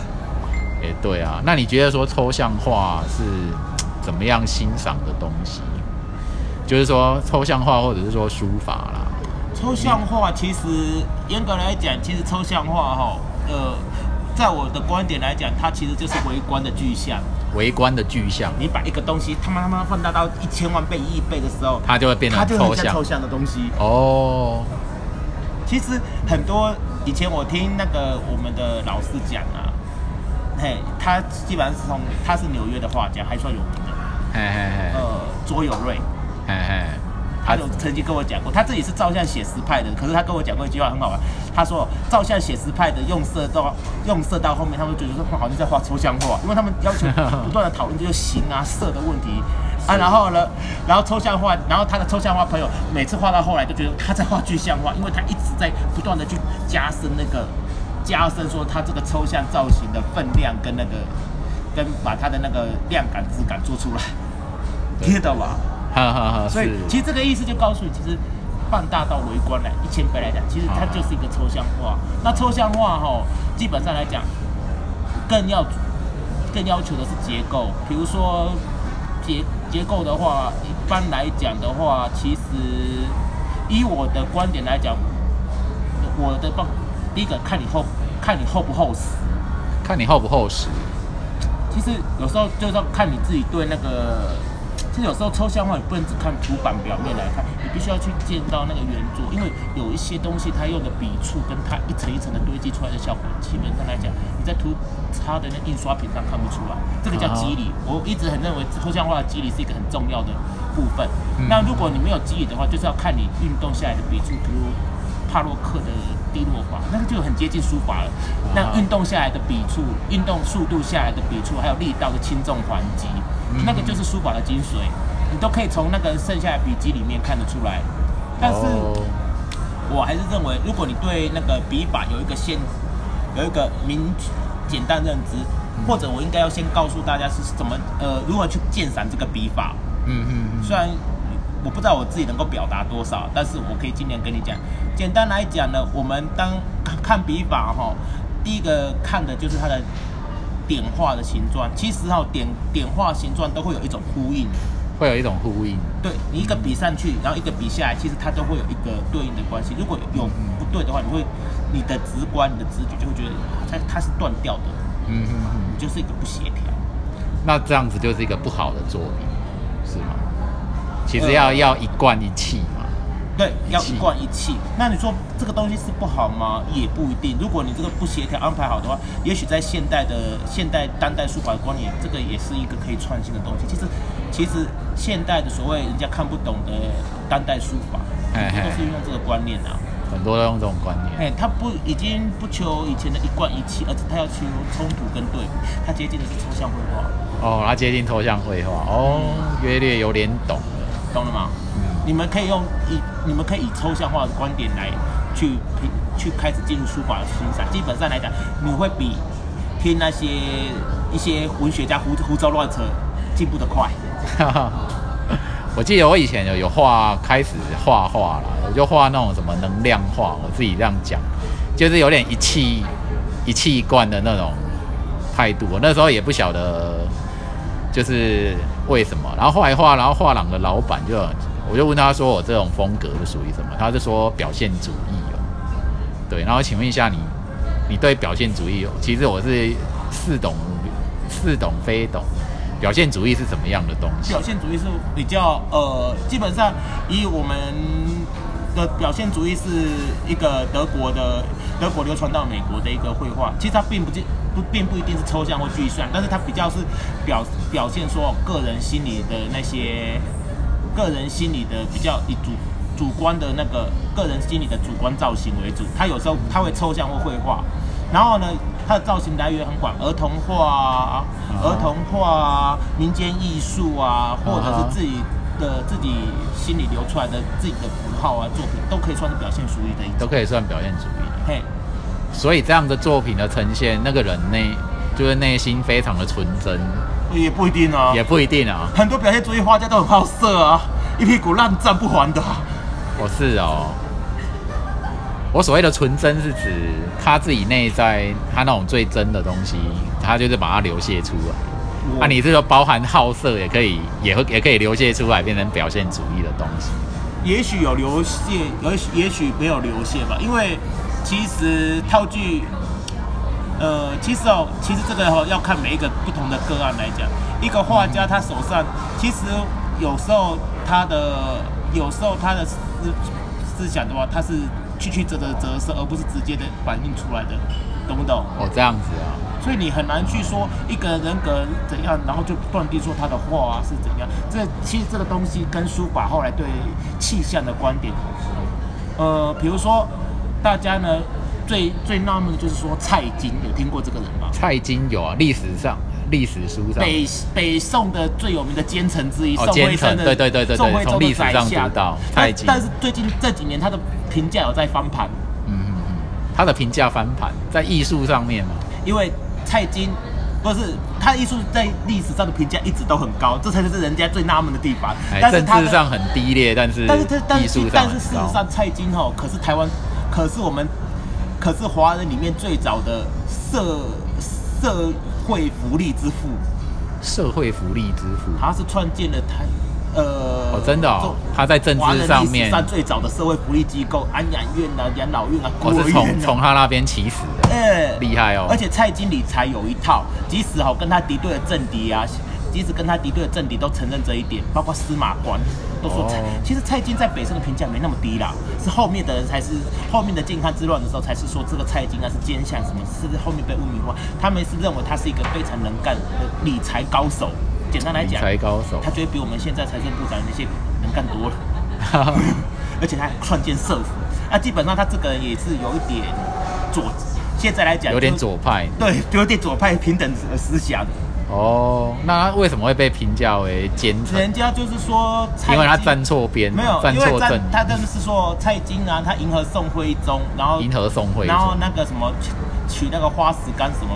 Speaker 1: 哎、对啊，那你觉得说抽象画是怎么样欣赏的东西？就是说抽象画，或者是说书法啦，
Speaker 2: 抽象化其实严格来讲，其实抽象化哈，呃，在我的观点来讲，它其实就是微观的具象。
Speaker 1: 微观的具象，
Speaker 2: 你把一个东西他妈他妈放大到一千万倍、一亿倍的时候，
Speaker 1: 它就会变
Speaker 2: 它
Speaker 1: 成
Speaker 2: 就很
Speaker 1: 抽
Speaker 2: 像
Speaker 1: 象。
Speaker 2: 抽象的东西。
Speaker 1: 哦，
Speaker 2: 其实很多以前我听那个我们的老师讲啊，嘿，他基本上是从他是纽约的画家，还算有名的，
Speaker 1: 嘿嘿嘿
Speaker 2: 呃，卓有瑞。
Speaker 1: 嘿嘿，
Speaker 2: 他有曾经跟我讲过，他自己是照相写实派的，可是他跟我讲过一句话很好玩，他说照相写实派的用色到用色到后面，他们觉得说哇好像在画抽象画，因为他们要求不断的讨论就是形啊色的问题啊，然后呢，然后抽象画，然后他的抽象画朋友每次画到后来都觉得他在画具象化，因为他一直在不断的去加深那个加深说他这个抽象造型的分量跟那个跟把他的那个量感质感做出来，听得懂吗？
Speaker 1: 哈哈哈，
Speaker 2: 所以
Speaker 1: 是
Speaker 2: 其实这个意思就告诉你，其实放大到微观来一千倍来讲，其实它就是一个抽象化。那抽象化哈，基本上来讲，更要更要求的是结构。比如说结结构的话，一般来讲的话，其实以我的观点来讲，我的方第一个看你厚看你厚不厚实。
Speaker 1: 看你厚不厚实。
Speaker 2: 其实有时候就是要看你自己对那个这有时候抽象化你不能只看图板表面来看，你必须要去见到那个原作，因为有一些东西它用的笔触跟它一层一层的堆积出来的效果，基本上来讲，你在图它的那印刷品上看不出来，这个叫肌理。我一直很认为抽象化的肌理是一个很重要的部分。那如果你没有肌理的话，就是要看你运动下来的笔触，比如帕洛克的低落法，那个就很接近书法了。那运动下来的笔触、运动速度下来的笔触，还有力道的轻重缓急，那个就是书法的精髓。你都可以从那个剩下的笔记里面看得出来。但是
Speaker 1: 哦
Speaker 2: 我还是认为，如果你对那个笔法有一个先有一个明简单认知，或者我应该要先告诉大家是怎么呃如何去鉴赏这个笔法。
Speaker 1: 嗯嗯嗯，
Speaker 2: 虽然我不知道我自己能够表达多少，但是我可以尽量跟你讲。简单来讲呢，我们当看看笔法哈，第一个看的就是它的点画的形状。其实哈，点点画形状都会有一种呼应。
Speaker 1: 会有一种呼应。
Speaker 2: 对你一个比上去，然后一个比下来，其实它都会有一个对应的关系。如果有不对的话，你会你的直观、你的直觉就会觉得啊它它是断掉的，
Speaker 1: 嗯嗯嗯，
Speaker 2: 你就是一个不协调。
Speaker 1: 那这样子就是一个不好的作品，是吗？其实要、
Speaker 2: 呃
Speaker 1: 要一贯一气嘛。
Speaker 2: 对，要
Speaker 1: 气
Speaker 2: 一贯一气。那你说这个东西是不好吗？也不一定。如果你这个不协调安排好的话，也许在现代的现代当代书法的观点，这个也是一个可以创新的东西。其实，其实现代的所谓人家看不懂的当代书法，
Speaker 1: 嘿
Speaker 2: 很多
Speaker 1: 嘿
Speaker 2: 都是用这个观念啊。
Speaker 1: 很多都用这种观念。
Speaker 2: 哎，他不已经不求以前的一贯一气，而且他要求冲突跟对比，他接近的是抽象绘画，
Speaker 1: 哦，它接近抽象绘画，
Speaker 2: 嗯
Speaker 1: 哦，约略有点懂了。
Speaker 2: 懂了吗？你们可以用以你们可以以抽象化的观点来去评去开始进入书法的欣赏。基本上来讲，你会比听那些一些文学家胡胡诌乱扯进步的快。
Speaker 1: *laughs* 我记得我以前有有画，开始画画啦，我就画那种什么能量画，我自己这样讲，就是有点一气一气一贯的那种态度。我那时候也不晓得就是为什么，然后后来画，然后画廊的老板就我就问他说我这种风格是属于什么，他就说表现主义哦。对，然后请问一下你，你对表现主义有？其实我是似懂似懂非懂，表现主义是什么样的东西？
Speaker 2: 表现主义是比较呃，基本上以我们的表现主义是一个德国的德国流传到美国的一个绘画，其实它并不是不并不一定是抽象或具象，但是它比较是表表现说个人心理的那些个人心理的比较以主主观的那个个人心理的主观造型为主，它有时候它会抽象或绘画，然后呢，它的造型来源很广，儿童画啊，儿童画啊，民间艺术啊，或者是自己的自己心里流出来的自己的符号啊作品，都可以算是表现主义的一
Speaker 1: 都
Speaker 2: 种。
Speaker 1: 可以算表现主义。
Speaker 2: 嘿，
Speaker 1: 所以这样的作品的呈现，那个人内就是内心非常的纯真，
Speaker 2: 也不一定啊，
Speaker 1: 也不一定啊。
Speaker 2: 很多表现主义画家都很好色啊，一屁股烂账不还的啊、
Speaker 1: 我是哦，我所谓的纯真是指他自己内在他那种最真的东西，他就是把它流泄出来。那、
Speaker 2: 我
Speaker 1: 你是说包含好色也可以，也会也可以流泄出来，变成表现主义的东西？
Speaker 2: 也许有流线，也许也许没有流线吧，因为其实套句，呃，其实哦，其实这个哦要看每一个不同的个案来讲，一个画家他手上其实有时候他的有时候他的思思想的话，他是曲曲折折折射，而不是直接的反映出来的，懂不懂？
Speaker 1: 哦，这样子啊，
Speaker 2: 所以你很难去说一个人格怎样，然后就断定说他的画啊是怎样。这其实这个东西跟书法后来对气象的观点，呃，比如说大家呢最最纳闷的就是说蔡京，有听过这个人吗？
Speaker 1: 蔡京有啊，历史上历史书上
Speaker 2: 北北宋的最有名的奸臣之一，
Speaker 1: 哦
Speaker 2: 宋
Speaker 1: 奸
Speaker 2: 徽
Speaker 1: 臣
Speaker 2: 宗的
Speaker 1: 对对对对对
Speaker 2: 宋徽宗
Speaker 1: 从
Speaker 2: 的
Speaker 1: 历史
Speaker 2: 宰
Speaker 1: 上
Speaker 2: 相
Speaker 1: 知道
Speaker 2: 但
Speaker 1: 蔡京
Speaker 2: 但是最近这几年他的评价有在翻盘，
Speaker 1: 嗯嗯嗯，他的评价翻盘在艺术上面嘛，
Speaker 2: 因为蔡京不是他艺术在历史上的评价一直都很高，这才是人家最纳闷的地方。
Speaker 1: 哎，
Speaker 2: 但是
Speaker 1: 政
Speaker 2: 他
Speaker 1: 治
Speaker 2: 的，
Speaker 1: 上很低劣，但是
Speaker 2: 但是他但
Speaker 1: 艺
Speaker 2: 是
Speaker 1: 术上
Speaker 2: 但是
Speaker 1: 很
Speaker 2: 事
Speaker 1: 高
Speaker 2: 实上，蔡京吼可是台湾，可是我们，可是华人里面最早的社社会福利之父，
Speaker 1: 社会福利之父，
Speaker 2: 他是创建了台呃
Speaker 1: 哦，真的哦
Speaker 2: 中，
Speaker 1: 他在政
Speaker 2: 华
Speaker 1: 治
Speaker 2: 人
Speaker 1: 上
Speaker 2: 历史
Speaker 1: 面，
Speaker 2: 上最早的社会福利机构，安养院啊、养老院啊、孤
Speaker 1: 我
Speaker 2: 儿
Speaker 1: 哦是
Speaker 2: 院
Speaker 1: 从
Speaker 2: 啊
Speaker 1: 从，他那边起始的，
Speaker 2: 哎
Speaker 1: 厉害哦
Speaker 2: 而且蔡京理财有一套，即使哦跟他敌对的政敌啊，即使跟他敌对的政敌都承认这一点，包括司马光都说蔡，
Speaker 1: 哦
Speaker 2: 其实蔡京在北宋的评价没那么低啦，是后面的人才是后面的靖康之乱的时候才是说这个蔡京啊是奸相什么，是后面被污名化，他们是认为他是一个非常能干的理财高手。简单来
Speaker 1: 理
Speaker 2: 讲，
Speaker 1: 财高手
Speaker 2: 他，就会比我们现在财政部长那些能干多了。 *laughs* 而且他还创建社服。那基本上他这个人也是有一点左，现在来
Speaker 1: *laughs*
Speaker 2: 讲
Speaker 1: 有点
Speaker 2: 就是，
Speaker 1: 左派
Speaker 2: 对，有点左派平等思想。
Speaker 1: 哦。那他为什么会被评价为奸臣？
Speaker 2: 人家就是说蔡京，
Speaker 1: 因为他站错边，
Speaker 2: 没有，
Speaker 1: 站
Speaker 2: 因为
Speaker 1: 错
Speaker 2: 站
Speaker 1: 阵，
Speaker 2: 他真的是说蔡京啊，他迎合宋徽宗，然后
Speaker 1: 迎合宋徽
Speaker 2: 然后
Speaker 1: 宗。
Speaker 2: 那个什么取取那个花石纲什么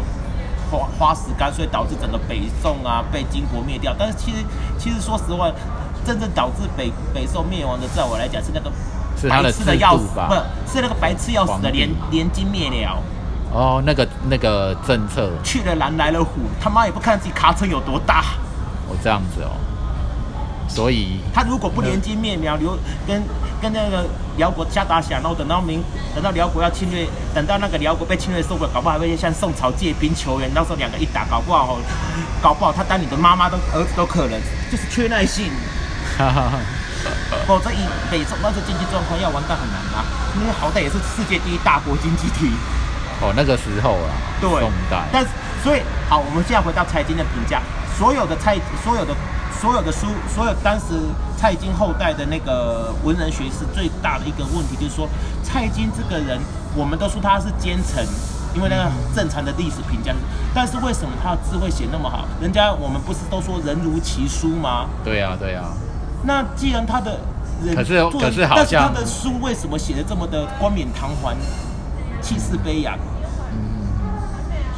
Speaker 2: 花花石纲，所以导致整个北宋啊被金国灭掉。但是其实其实说实话，真正导致北北宋灭亡的，在我来讲是那个
Speaker 1: 是他
Speaker 2: 白
Speaker 1: 的
Speaker 2: 痴
Speaker 1: 制
Speaker 2: 要
Speaker 1: 度
Speaker 2: 死，
Speaker 1: 吧
Speaker 2: 不是是那个白痴要死的
Speaker 1: 皇帝
Speaker 2: 连连金灭了，
Speaker 1: 哦，那个那个政策，
Speaker 2: 去了狼来了虎，他妈也不看自己卡车有多大。
Speaker 1: 哦这样子哦，所以 *laughs*
Speaker 2: 他如果不连金灭苗，刘跟跟那个辽国瞎打响，然后等到明等到辽国要侵略，等到那个辽国被侵略受不了，搞不好还会向宋朝借兵求援，到时候两个一打，搞不好哦，搞不好他当你的妈妈都儿子都可能，就是缺耐性。
Speaker 1: 哈哈哈，
Speaker 2: 否则以北宋那时候经济状况要完蛋很难啊，因为好歹也是世界第一大国经济体。
Speaker 1: 哦那个时候啦，
Speaker 2: 对，
Speaker 1: 宋代，
Speaker 2: 但是所以好，我们现在回到蔡京的评价，所有的蔡，所有的所有的书，所有当时蔡京后代的那个文人学士最大的一个问题就是说，蔡京这个人，我们都说他是奸臣。因为那个正常的历史评价，但是为什么他的字会写那么好？人家我们不是都说人如其书吗？
Speaker 1: 对啊对啊，
Speaker 2: 那既然他的人
Speaker 1: 可是
Speaker 2: 做
Speaker 1: 可是好
Speaker 2: 但是他
Speaker 1: 像
Speaker 2: 的书为什么写的这么的冠冕堂皇、气势飞扬？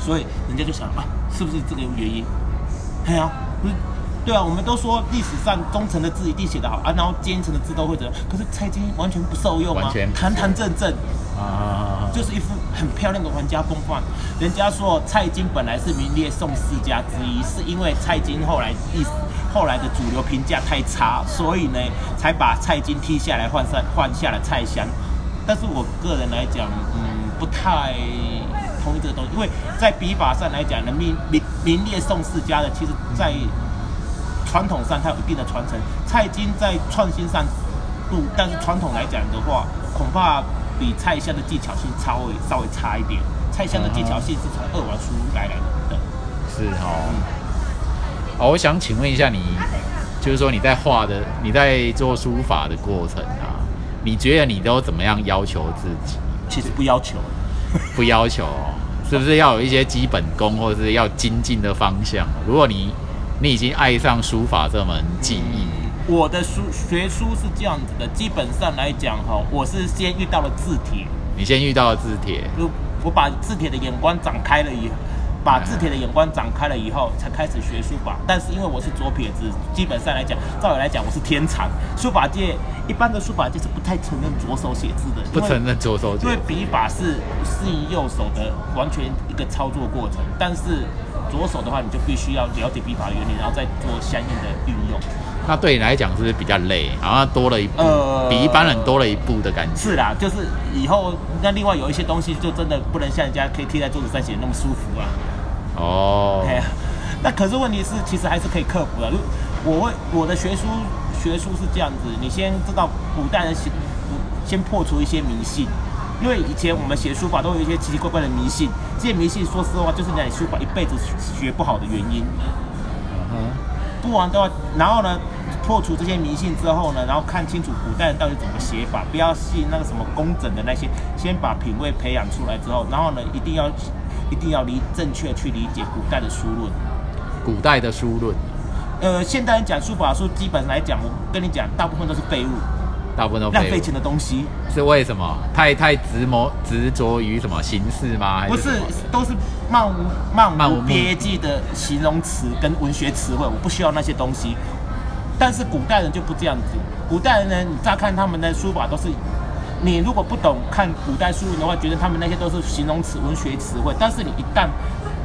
Speaker 2: 所以人家就想啊，是不是这个有原因？对啊，不是，对啊，我们都说历史上忠诚的字一定写得好啊，然后奸臣的字都会怎样？可是蔡京完全不受用啊
Speaker 1: 完全，不
Speaker 2: 堂堂正正，
Speaker 1: 啊，
Speaker 2: 就是一副很漂亮的皇家风范。人家说蔡京本来是名列宋四家之一，是因为蔡京后来一后来的主流评价太差，所以呢才把蔡京踢下来，换上换下了蔡襄。但是我个人来讲，嗯，不太同意这个东西，因为在笔法上来讲呢，名名名列宋四家的，其实在传统上它有一定的传承。蔡京在创新上度，但是传统来讲的话，恐怕比蔡襄的技巧性稍微稍微差一点。蔡襄的技巧性是从二王书来来的，
Speaker 1: 是哦。哦，我想请问一下你，就是说你在画的，你在做书法的过程啊，你觉得你都怎么样要求自己？
Speaker 2: 其实不要求。
Speaker 1: 不要求、哦，是不是要有一些基本功，或者是要精进的方向？如果你你已经爱上书法这门技艺，
Speaker 2: 我的书学书是这样子的，基本上来讲哈，我是先遇到了字帖，
Speaker 1: 你先遇到了字帖，
Speaker 2: 就我把字帖的眼光展开了以后，把字帖的眼光展开了以后，才开始学书法。但是因为我是左撇子，基本上来讲，照理来讲我是天才。书法界一般的书法界是不太承认左手写字的，
Speaker 1: 不
Speaker 2: 因为
Speaker 1: 承认左手写
Speaker 2: 因为，笔法是适应右手的完全一个操作过程，但是左手的话，你就必须要了解笔法的原理，然后再做相应的运用。
Speaker 1: 那对你来讲是不是比较累？好像多了一步，
Speaker 2: 呃
Speaker 1: 比一般人多了一步的感觉。
Speaker 2: 是啦，就是以后那另外有一些东西，就真的不能像人家可以贴在桌子上写的那么舒服啊。
Speaker 1: 哦，
Speaker 2: 哎呀，那可是问题是，其实还是可以克服的。如我会我的学术学术是这样子，你先知道古代人写，先破除一些迷信，因为以前我们写书法都有一些奇奇怪怪的迷信，这些迷信说实话就是让你书法一辈子学不好的原因。不然的话，然后呢，破除这些迷信之后呢，然后看清楚古代人到底怎么写法，不要信那个什么工整的那些，先把品味培养出来之后，然后呢，一定要一定要理正确去理解古代的书论。
Speaker 1: 古代的书论，
Speaker 2: 呃，现代人讲书法书，基本来讲，我跟你讲，大部分都是废物，
Speaker 1: 大部分都哦
Speaker 2: 浪
Speaker 1: 废
Speaker 2: 费
Speaker 1: 物。
Speaker 2: 钱的东西，
Speaker 1: 是为什么？太太执摩执着于什么形式吗？还
Speaker 2: 不
Speaker 1: 是
Speaker 2: 是
Speaker 1: 什么
Speaker 2: 都是漫无漫
Speaker 1: 漫无
Speaker 2: 无
Speaker 1: 目
Speaker 2: 边际的形容词跟文学词汇，我不需要那些东西。但是古代人就不这样子，古代人呢，你乍看他们的书法都是，你如果不懂看古代书文的话，觉得他们那些都是形容词、文学词汇。但是你一旦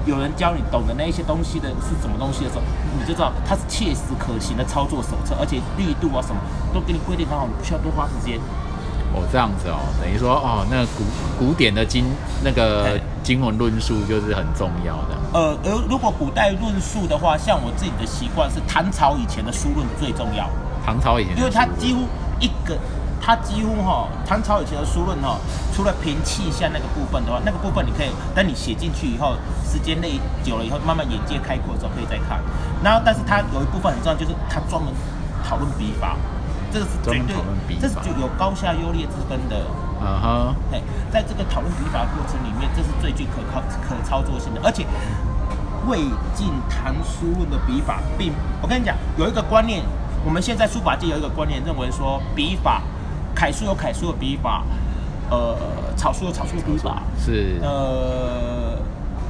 Speaker 2: 有人教你懂得那一些东西的是什么东西的时候，你就知道它是切实可行的操作手册，而且力度啊什么都给你规定好好，你不需要多花时间。
Speaker 1: 哦，这样子哦，等于说哦，那古古典的经那个
Speaker 2: 嘿
Speaker 1: 经文论述就是很重要的。
Speaker 2: 呃，而如果古代论述的话，像我自己的习惯是唐朝以前的书论最重要，
Speaker 1: 唐朝以前的
Speaker 2: 因为它
Speaker 1: 书
Speaker 2: 几乎一个，它几乎哈、唐朝以前的书论哈、除了平气象那个部分的话，那个部分你可以等你写进去以后，时间内久了以后，慢慢眼界开阔的时候可以再看。然后，但是它有一部分很重要，就是它专门讨论笔法，这个是
Speaker 1: 专
Speaker 2: 绝
Speaker 1: 门
Speaker 2: 对
Speaker 1: 讨论笔，
Speaker 2: 这是
Speaker 1: 法
Speaker 2: 具有高下优劣之分的。
Speaker 1: 嗯哼，
Speaker 2: 哎，在这个讨论笔法的过程里面，这是最具可靠、可操作性的，而且魏晋唐书论的笔法并，我跟你讲，有一个观念，我们现在书法界有一个观念，认为说笔法，楷书有楷书的笔法，呃，草书有草书的笔法，
Speaker 1: 是、
Speaker 2: 呃，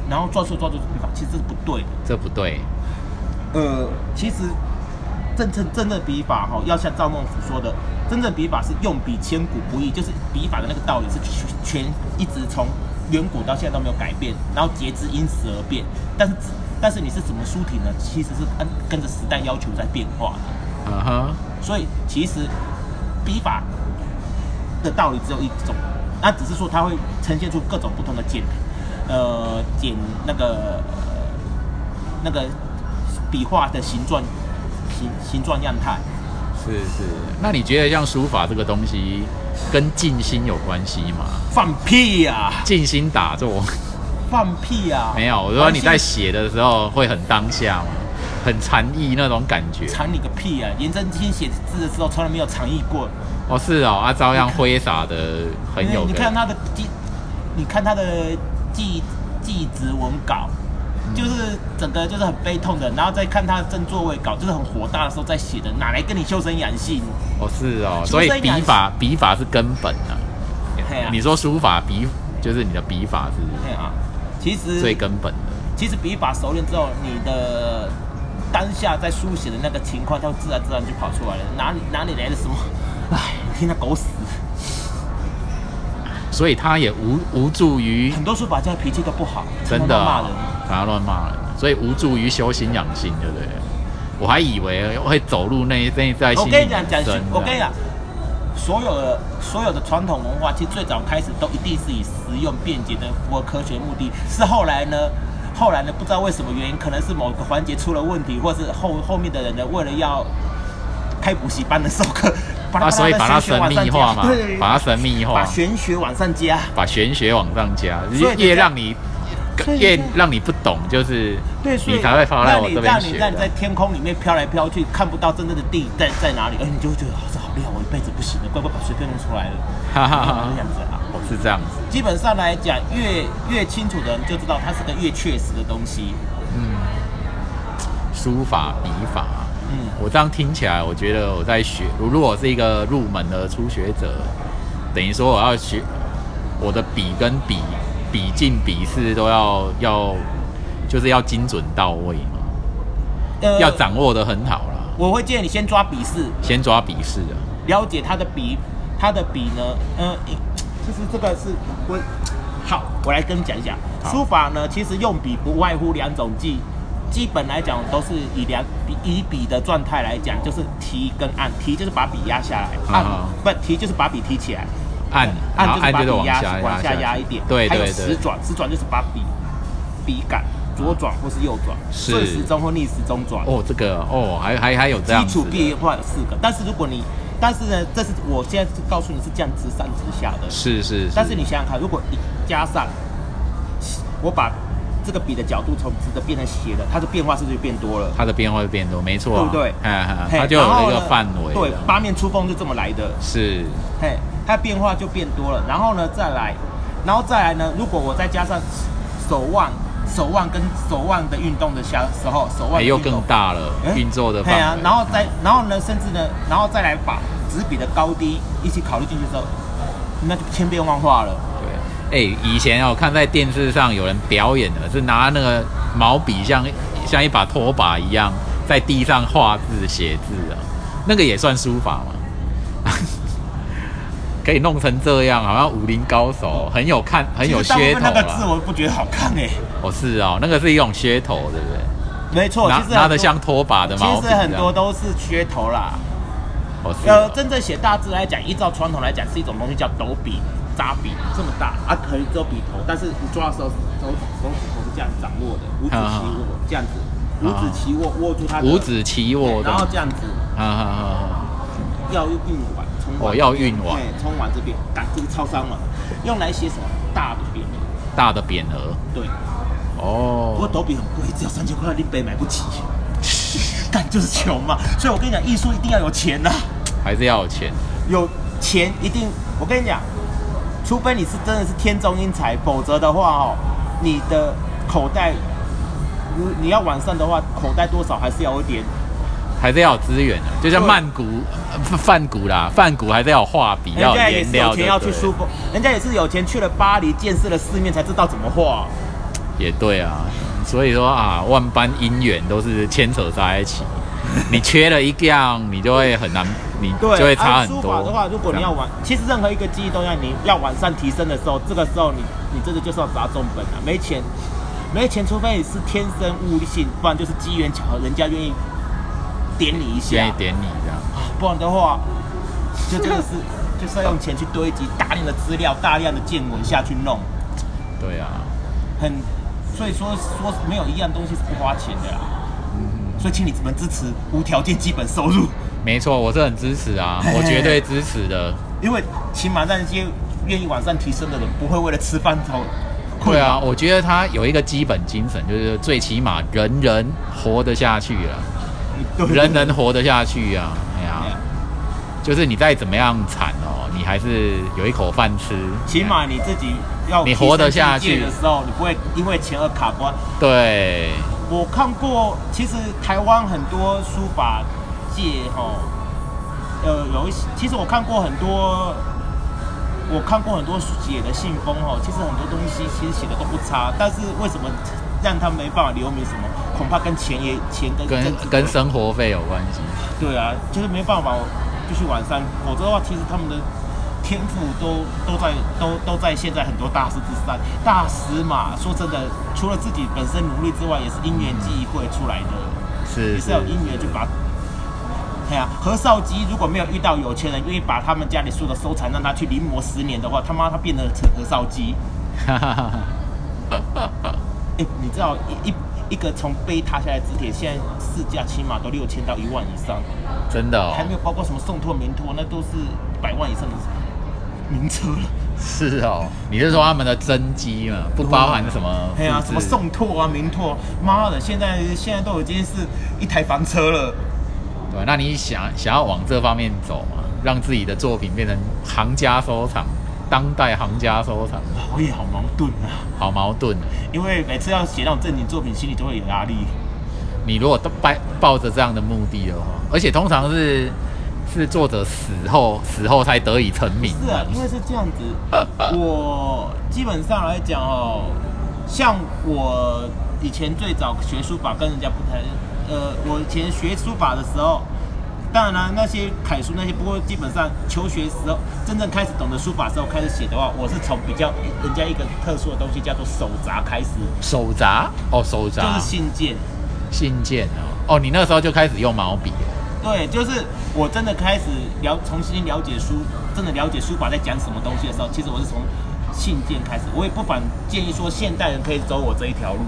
Speaker 2: 然后篆书有篆书的笔法，其实这是不对的。
Speaker 1: 这不对，
Speaker 2: 呃，其实真正真正笔法哈、要像赵孟俯说的，真正笔法是用笔千古不易，就是笔法的那个道理是全全一直从远古到现在都没有改变，然后节制因时而变，但是只但是你是什么书体呢？其实是跟跟着时代要求在变化的。
Speaker 1: 嗯哼，
Speaker 2: 所以其实笔法的道理只有一种，那只是说它会呈现出各种不同的简，呃，简那个那个笔画的形状形形状样态。
Speaker 1: 是是。那你觉得像书法这个东西跟静心有关系吗？
Speaker 2: 放屁呀、
Speaker 1: 静心打坐 *laughs*
Speaker 2: 放屁呀、
Speaker 1: 没有，我说你在写的时候会很当下吗？很禅意那种感觉
Speaker 2: 藏你个屁呀、颜真卿写字的时候从来没有藏意过，
Speaker 1: 哦，是哦，啊，照样挥洒的很有
Speaker 2: 哎你看
Speaker 1: 个
Speaker 2: 他的记，你看他的记记职文稿，
Speaker 1: 嗯
Speaker 2: 就是整个就是很悲痛的，然后再看他的振作位稿，就是很火大的时候在写的，哪来跟你修身养性？
Speaker 1: 哦，是哦，
Speaker 2: 出
Speaker 1: 所以
Speaker 2: 生
Speaker 1: 笔
Speaker 2: 养
Speaker 1: 法笔法是根本啊。
Speaker 2: 嘿啊
Speaker 1: 你说书法笔就是你的笔法
Speaker 2: 对啊，其
Speaker 1: 是最
Speaker 2: 实
Speaker 1: 根本的，
Speaker 2: 其实笔法熟练之后，你的当下在书写的那个情况，它会自然自然就跑出来了，哪里哪里来的什么？唉，听他狗屎！
Speaker 1: 所以它也无无助于
Speaker 2: 很多书法家脾气都不好，
Speaker 1: 真的
Speaker 2: 常常骂
Speaker 1: 啊
Speaker 2: 人。
Speaker 1: 把它乱骂人，所以无助于修心养性，对不对？我还以为会走入那一那一在心
Speaker 2: 我
Speaker 1: 里啊
Speaker 2: 跟你讲，讲
Speaker 1: 深
Speaker 2: 学，我跟你
Speaker 1: 这样
Speaker 2: 讲，所有的所有的传统文化，其实最早开始都一定是以实用便捷的符合科学目的，是后来呢，后来呢，不知道为什么原因，可能是某个环节出了问题，或是后后面的人呢，为了要开补习班的授课，把
Speaker 1: 啊，
Speaker 2: 它
Speaker 1: 所以把它神秘化嘛，把它
Speaker 2: 把
Speaker 1: 神秘化
Speaker 2: 把，玄学往上加，
Speaker 1: 把玄学往上加，
Speaker 2: 所以人家
Speaker 1: 越让你
Speaker 2: 所以
Speaker 1: 越
Speaker 2: 人家
Speaker 1: 让你不懂，就是
Speaker 2: 对，所以
Speaker 1: 你才会跑来
Speaker 2: 让
Speaker 1: 我
Speaker 2: 你
Speaker 1: 这
Speaker 2: 让
Speaker 1: 边
Speaker 2: 你
Speaker 1: 学
Speaker 2: 让你在
Speaker 1: 的。
Speaker 2: 天空里面飘来飘去，看不到真正的地在在哪里，而你就会觉得啊，这好厉害，我一辈子不行了，乖乖把学费弄出来了，
Speaker 1: *laughs* 哈哈哈
Speaker 2: 就这样子啊。
Speaker 1: 是这样子，
Speaker 2: 基本上来讲，越越清楚的人就知道它是个越确实的东西。
Speaker 1: 书法笔法。
Speaker 2: 嗯，
Speaker 1: 我这样听起来，我觉得我在学。如如果我是一个入门的初学者，等于说我要学我的笔跟笔笔劲、笔势都要要，就是要精准到位嘛，
Speaker 2: 呃
Speaker 1: 要。掌握的很好啦。
Speaker 2: 我会建议你先抓笔势，
Speaker 1: 先抓笔势啊，
Speaker 2: 了解它的笔，它的笔呢，嗯、呃，其实这个是我好，我来跟你讲一下
Speaker 1: 好
Speaker 2: 书法呢，其实用笔不外乎两种技，基本来讲都是以两笔以笔的状态来讲，就是提跟按，提就是把笔压下来，按、
Speaker 1: 啊
Speaker 2: 不提就是把笔提起来，
Speaker 1: 按然后
Speaker 2: 按
Speaker 1: 按
Speaker 2: 就是
Speaker 1: 就是
Speaker 2: 把
Speaker 1: 往
Speaker 2: 笔压
Speaker 1: 下
Speaker 2: 往下
Speaker 1: 压
Speaker 2: 压一点，
Speaker 1: 对
Speaker 2: 还有
Speaker 1: 对
Speaker 2: 十
Speaker 1: 对，
Speaker 2: 转，十转就是把笔笔杆左转或是右转，
Speaker 1: 是
Speaker 2: 顺时钟或逆时钟转。
Speaker 1: 哦，这个哦，还还还有这样
Speaker 2: 基
Speaker 1: 子
Speaker 2: 础
Speaker 1: 的
Speaker 2: 必画有四个，但是如果你，但是呢，这是我现在是告诉你是这样直上直下的，
Speaker 1: 是是是，
Speaker 2: 但是你想想看，如果你加上我把这个笔的角度从直的变成斜的，它的变化是不是就变多了？
Speaker 1: 它的变化会变多，没错、
Speaker 2: 对
Speaker 1: 啊，
Speaker 2: 不对？
Speaker 1: 哎
Speaker 2: 嘿
Speaker 1: 它就有
Speaker 2: 然后
Speaker 1: 一个
Speaker 2: 呢
Speaker 1: 范围，
Speaker 2: 对，八面出风就这么来的。
Speaker 1: 是
Speaker 2: 嘿，它变化就变多了。然后呢，再来，然后再来呢，如果我再加上手腕、手腕跟手腕的运动的下时候，手腕
Speaker 1: 哎
Speaker 2: 的
Speaker 1: 又
Speaker 2: 运动
Speaker 1: 更大了，
Speaker 2: 哎
Speaker 1: 运作的
Speaker 2: 对
Speaker 1: 范围，
Speaker 2: 啊，然后再然后呢，甚至呢，然后再来把纸笔的高低一起考虑进去之后，那就千变万化了。
Speaker 1: 对，哎、以前哦，看在电视上有人表演的，是拿那个毛笔像像一把拖把一样，在地上画字写字啊，那个也算书法嘛。可以弄成这样，好像武林高手，很有看，很有
Speaker 2: 其实大部
Speaker 1: 噱
Speaker 2: 分
Speaker 1: 头
Speaker 2: 那个字
Speaker 1: 啦。
Speaker 2: 我不觉得好看哎、
Speaker 1: 哦，是哦，那个是一种噱头，对不对？
Speaker 2: 没错，其
Speaker 1: 拿
Speaker 2: 实很
Speaker 1: 拿的
Speaker 2: 多
Speaker 1: 像拖把的毛笔
Speaker 2: 其实
Speaker 1: 这样，
Speaker 2: 很多都是噱头啦。
Speaker 1: 哦是
Speaker 2: 呃，
Speaker 1: 哦
Speaker 2: 真正写大字来讲，依照传统来讲，是一种东西叫斗笔、扎笔，这么大啊，可以遮笔头，但是你抓的时候，手手指头是这样掌握的，五指齐握这样子，五指齐握握住它的
Speaker 1: 啊五指齐握
Speaker 2: 对
Speaker 1: 的，
Speaker 2: 然后
Speaker 1: 啊
Speaker 2: 这样子
Speaker 1: 啊啊！
Speaker 2: 要运完，冲完
Speaker 1: 哦要运完
Speaker 2: 对，冲完这边，打这个超商完，用来写什么大的笔，
Speaker 1: 大的匾额
Speaker 2: 对，不过
Speaker 1: 哦，
Speaker 2: 斗笔很贵，只要三千块，林北买不起。 *laughs* 干就是穷嘛，所以我跟你讲，艺术一定要有钱呐、
Speaker 1: 还是要有钱
Speaker 2: 有钱一定，我跟你讲，除非你是真的是天中英才，否则的话哦，你的口袋，如你要完善的话，口袋多少还是要有一点。
Speaker 1: 还是要有资源的，啊就像
Speaker 2: 对
Speaker 1: 曼谷、呃饭谷啦，饭谷还是要有画笔，
Speaker 2: 人
Speaker 1: 要有
Speaker 2: 家也
Speaker 1: 颜
Speaker 2: 是
Speaker 1: 料
Speaker 2: 有
Speaker 1: 就对
Speaker 2: 钱
Speaker 1: 了，
Speaker 2: 要去舒服，人家也是有钱去了巴黎，见识了世面，才知道怎么画。
Speaker 1: 也对啊，所以说啊，万般姻缘都是牵扯在一
Speaker 2: *laughs*
Speaker 1: 起。你缺了一样，你就会很难，你就
Speaker 2: 对，
Speaker 1: 会差很
Speaker 2: 按书
Speaker 1: 多。
Speaker 2: 法的话，如果你要
Speaker 1: 这样
Speaker 2: 完，其实任何一个技艺都要你要完善提升的时候，这个时候你你真的就是要砸重本啊，没钱，没钱，除非你是天生悟性，不然就是机缘巧合，人家愿意点你一
Speaker 1: 建
Speaker 2: 下
Speaker 1: 议，点你这样，
Speaker 2: 不然的话，就真的
Speaker 1: *laughs*
Speaker 2: 是就是要用钱去堆积大量的资料、大量的见闻下去弄，
Speaker 1: 对啊，
Speaker 2: 很，所以说说没有一样东西是不花钱的啦，
Speaker 1: 嗯
Speaker 2: 所以请你们支持无条件基本收入。
Speaker 1: 没错，我是很支持
Speaker 2: *laughs*
Speaker 1: 啊，
Speaker 2: 嘿
Speaker 1: 我绝对支持的。
Speaker 2: 因为起码那些愿意往上提升的人，不会为了吃饭头困
Speaker 1: 对
Speaker 2: 扰。
Speaker 1: 啊，我觉得他有一个基本精神，就是最起码人人活得下去
Speaker 2: *laughs*
Speaker 1: 了，
Speaker 2: 对啊
Speaker 1: 人人活得下去啊，哎呀、
Speaker 2: 哎呀
Speaker 1: 就是你再怎么样惨哦，你还是有一口饭吃。
Speaker 2: 起码你自己要
Speaker 1: 你活得下
Speaker 2: 提升
Speaker 1: 去
Speaker 2: 境界的时候，你不会因为钱而卡关。
Speaker 1: 对，
Speaker 2: 我看过，其实台湾很多书法界吼，呃，有一些，其实我看过很多，我看过很多写的信封吼，其实很多东西其实写的都不差，但是为什么让他们没办法留名什么？恐怕跟钱也钱跟
Speaker 1: 跟
Speaker 2: 政治
Speaker 1: 跟生活费有关系。
Speaker 2: 对啊，就是没办法，我必须完善，否则的话，其实他们的天赋都都在都都在现在很多大师之上。大师嘛，说真的，除了自己本身努力之外，也是因缘际会出来的，
Speaker 1: 是
Speaker 2: 也是要有因缘去把。哎呀、何少基如果没有遇到有钱人愿意把他们家里所有的收藏让他去临摹十年的话，他妈他变得成何少基。
Speaker 1: 哈哈哈。
Speaker 2: 哎、你知道一一一个从碑塌下来的磁铁，现在市价起码都六千到一万以上。
Speaker 1: *laughs* 真的哦
Speaker 2: 还，没有包括什么宋拓、明拓，那都是百万以上的名车了。 *laughs*
Speaker 1: 是哦，你是说他们的真机嘛，不包含什么？
Speaker 2: 哎呀，什么？宋拓啊、明拓，妈的，现在现在都已经是一台房车了。
Speaker 1: 对，那你想想要往这方面走嘛，让自己的作品变成行家收藏，当代行家收藏，
Speaker 2: 我哦也好矛盾啊，
Speaker 1: 好矛盾哦。
Speaker 2: 因为每次要写那种正经作品，心里都会有压力。
Speaker 1: 你如果都抱抱着这样的目的的话，而且通常是是作者死后死后才得以成名
Speaker 2: 是啊，因为是这样子，我基本上来讲哦，像我以前最早学书法跟人家不太，呃，我以前学书法的时候，当然啦、那些楷书那些，不过基本上求学时候真正开始懂得书法时候开始写的话，我是从比较人家一个特殊的东西叫做手札开始，
Speaker 1: 手札哦，手
Speaker 2: 就
Speaker 1: 札
Speaker 2: 是信件。
Speaker 1: 信件哦，哦，你那时候就开始用毛笔了，
Speaker 2: 对，就是我真的开始了重新了解书，真的了解书法在讲什么东西的时候，其实我是从信件开始。我也不反建议说现代人可以走我这一条路，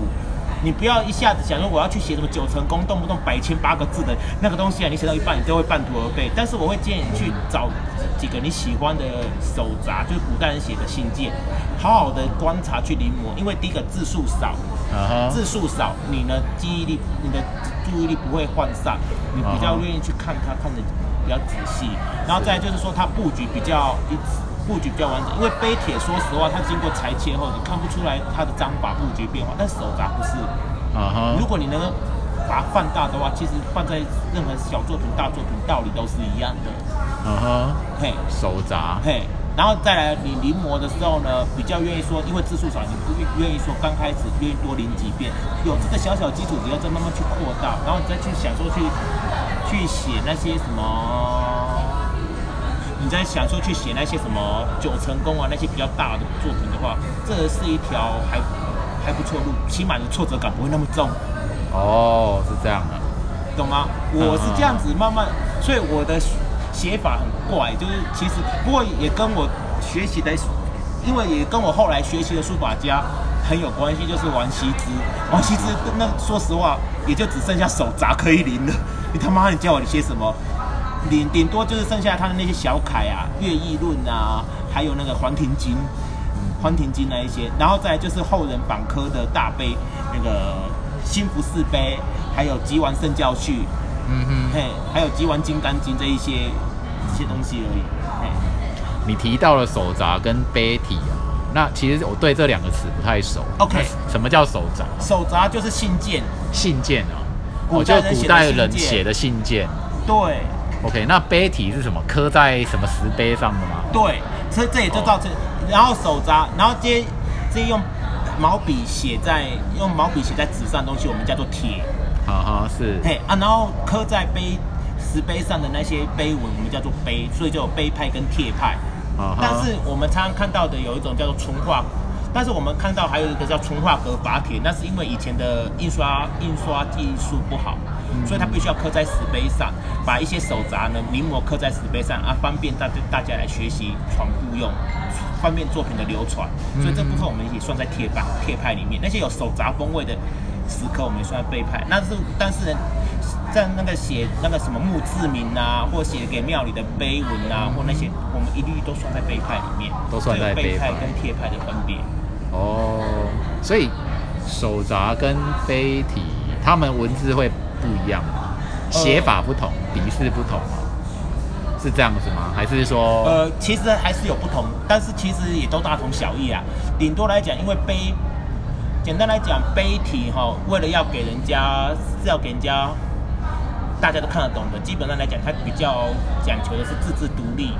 Speaker 2: 你不要一下子想说我要去写什么九成宫，动不动百千八个字的那个东西啊，你写到一半你都会半途而废。但是我会建议你去找几个你喜欢的手札，就是古代人写的信件，好好的观察去临摹，因为第一个字数少，
Speaker 1: 啊哈，
Speaker 2: 字数少，你呢记忆力、你的注意力不会涣散，你比较愿意去看它，看的比较仔细。然后再来就是说，它布局比较一布局比较完整，因为碑帖说实话，它经过裁切后，你看不出来它的章法布局变化，但手札不是。
Speaker 1: 啊哈
Speaker 2: 如，果你能够把它放大的话，其实放在任何小作品、大作品道理都是一样的。
Speaker 1: 啊哈，
Speaker 2: 嘿，
Speaker 1: 手札，
Speaker 2: 嘿，然后再来你临摹的时候呢，比较愿意说，因为字数少，你不愿意说刚开始愿意多临几遍，有这个小小基础之后，再慢慢去扩大，然后你再去想说去去写那些什么。你在想说去写那些什么九成宫啊那些比较大的作品的话，这是一条还还不错的路，起码你挫折感不会那么重。
Speaker 1: 哦，是这样的、
Speaker 2: 懂吗？我是这样子慢慢，所以我的写法很怪，就是其实不过也跟我学习的，因为也跟我后来学习的书法家很有关系，就是王羲之。王羲之那说实话，也就只剩下手札可以临了。 *laughs* 你他妈你叫我写什么？顶顶多就是剩下他的那些小楷啊、乐毅论啊，还有那个《黄庭经》。欢庭经那一些，然后再来就是后人访科的大碑，那个心福寺碑，还有吉完圣教序，
Speaker 1: 嗯哼，
Speaker 2: 嘿，还有吉完金刚经这一些一些东西而已，嘿。
Speaker 1: 你提到了手札跟杯体啊，那其实我对这两个词不太熟。
Speaker 2: OK
Speaker 1: 那什么叫手札？
Speaker 2: 手札就是信件，
Speaker 1: 信件啊，
Speaker 2: 古
Speaker 1: 我就
Speaker 2: 代人
Speaker 1: 古
Speaker 2: 写的信件
Speaker 1: 代人写的信件。
Speaker 2: 对
Speaker 1: OK，那杯体是什么？刻在什么石碑上的吗？
Speaker 2: 对，所以这也就造成，然后手札，然后接接用毛笔写在用毛笔写在纸上的东西，我们叫做帖，
Speaker 1: 哈哈，是。
Speaker 2: 嘿啊，然后刻在碑石碑上的那些碑文，我们叫做碑，所以就有碑派跟帖派。
Speaker 1: 哈哈
Speaker 2: 但是我们常常看到的有一种叫做纯化，但是我们看到还有一个叫纯化格法帖，那是因为以前的印刷印刷技术不好，所以它必须要刻在石碑上，把一些手札呢临摹刻在石碑上啊，方便大家大家来学习传复用，方便作品的流传。所以这部分我们也算在帖派帖派里面，那些有手札风味的石刻我们也算在背派。那是但是呢。在那个写那个什么墓志铭啊，或写给庙里的碑文啊，或那些，我们一律都算在碑派里面，
Speaker 1: 都算在
Speaker 2: 这有
Speaker 1: 碑
Speaker 2: 碑
Speaker 1: 派
Speaker 2: 派跟帖派的分别。
Speaker 1: 哦，所以手札跟碑体，它们文字会不一样吗？写法不同，笔势不同吗？是这样子吗？还是说，
Speaker 2: 呃，其实还是有不同，但是其实也都大同小异啊。顶多来讲，因为碑，简单来讲，碑体哈，为了要给人家是要给人家大家都看得懂的，基本上来讲，它比较讲求的是字字独立，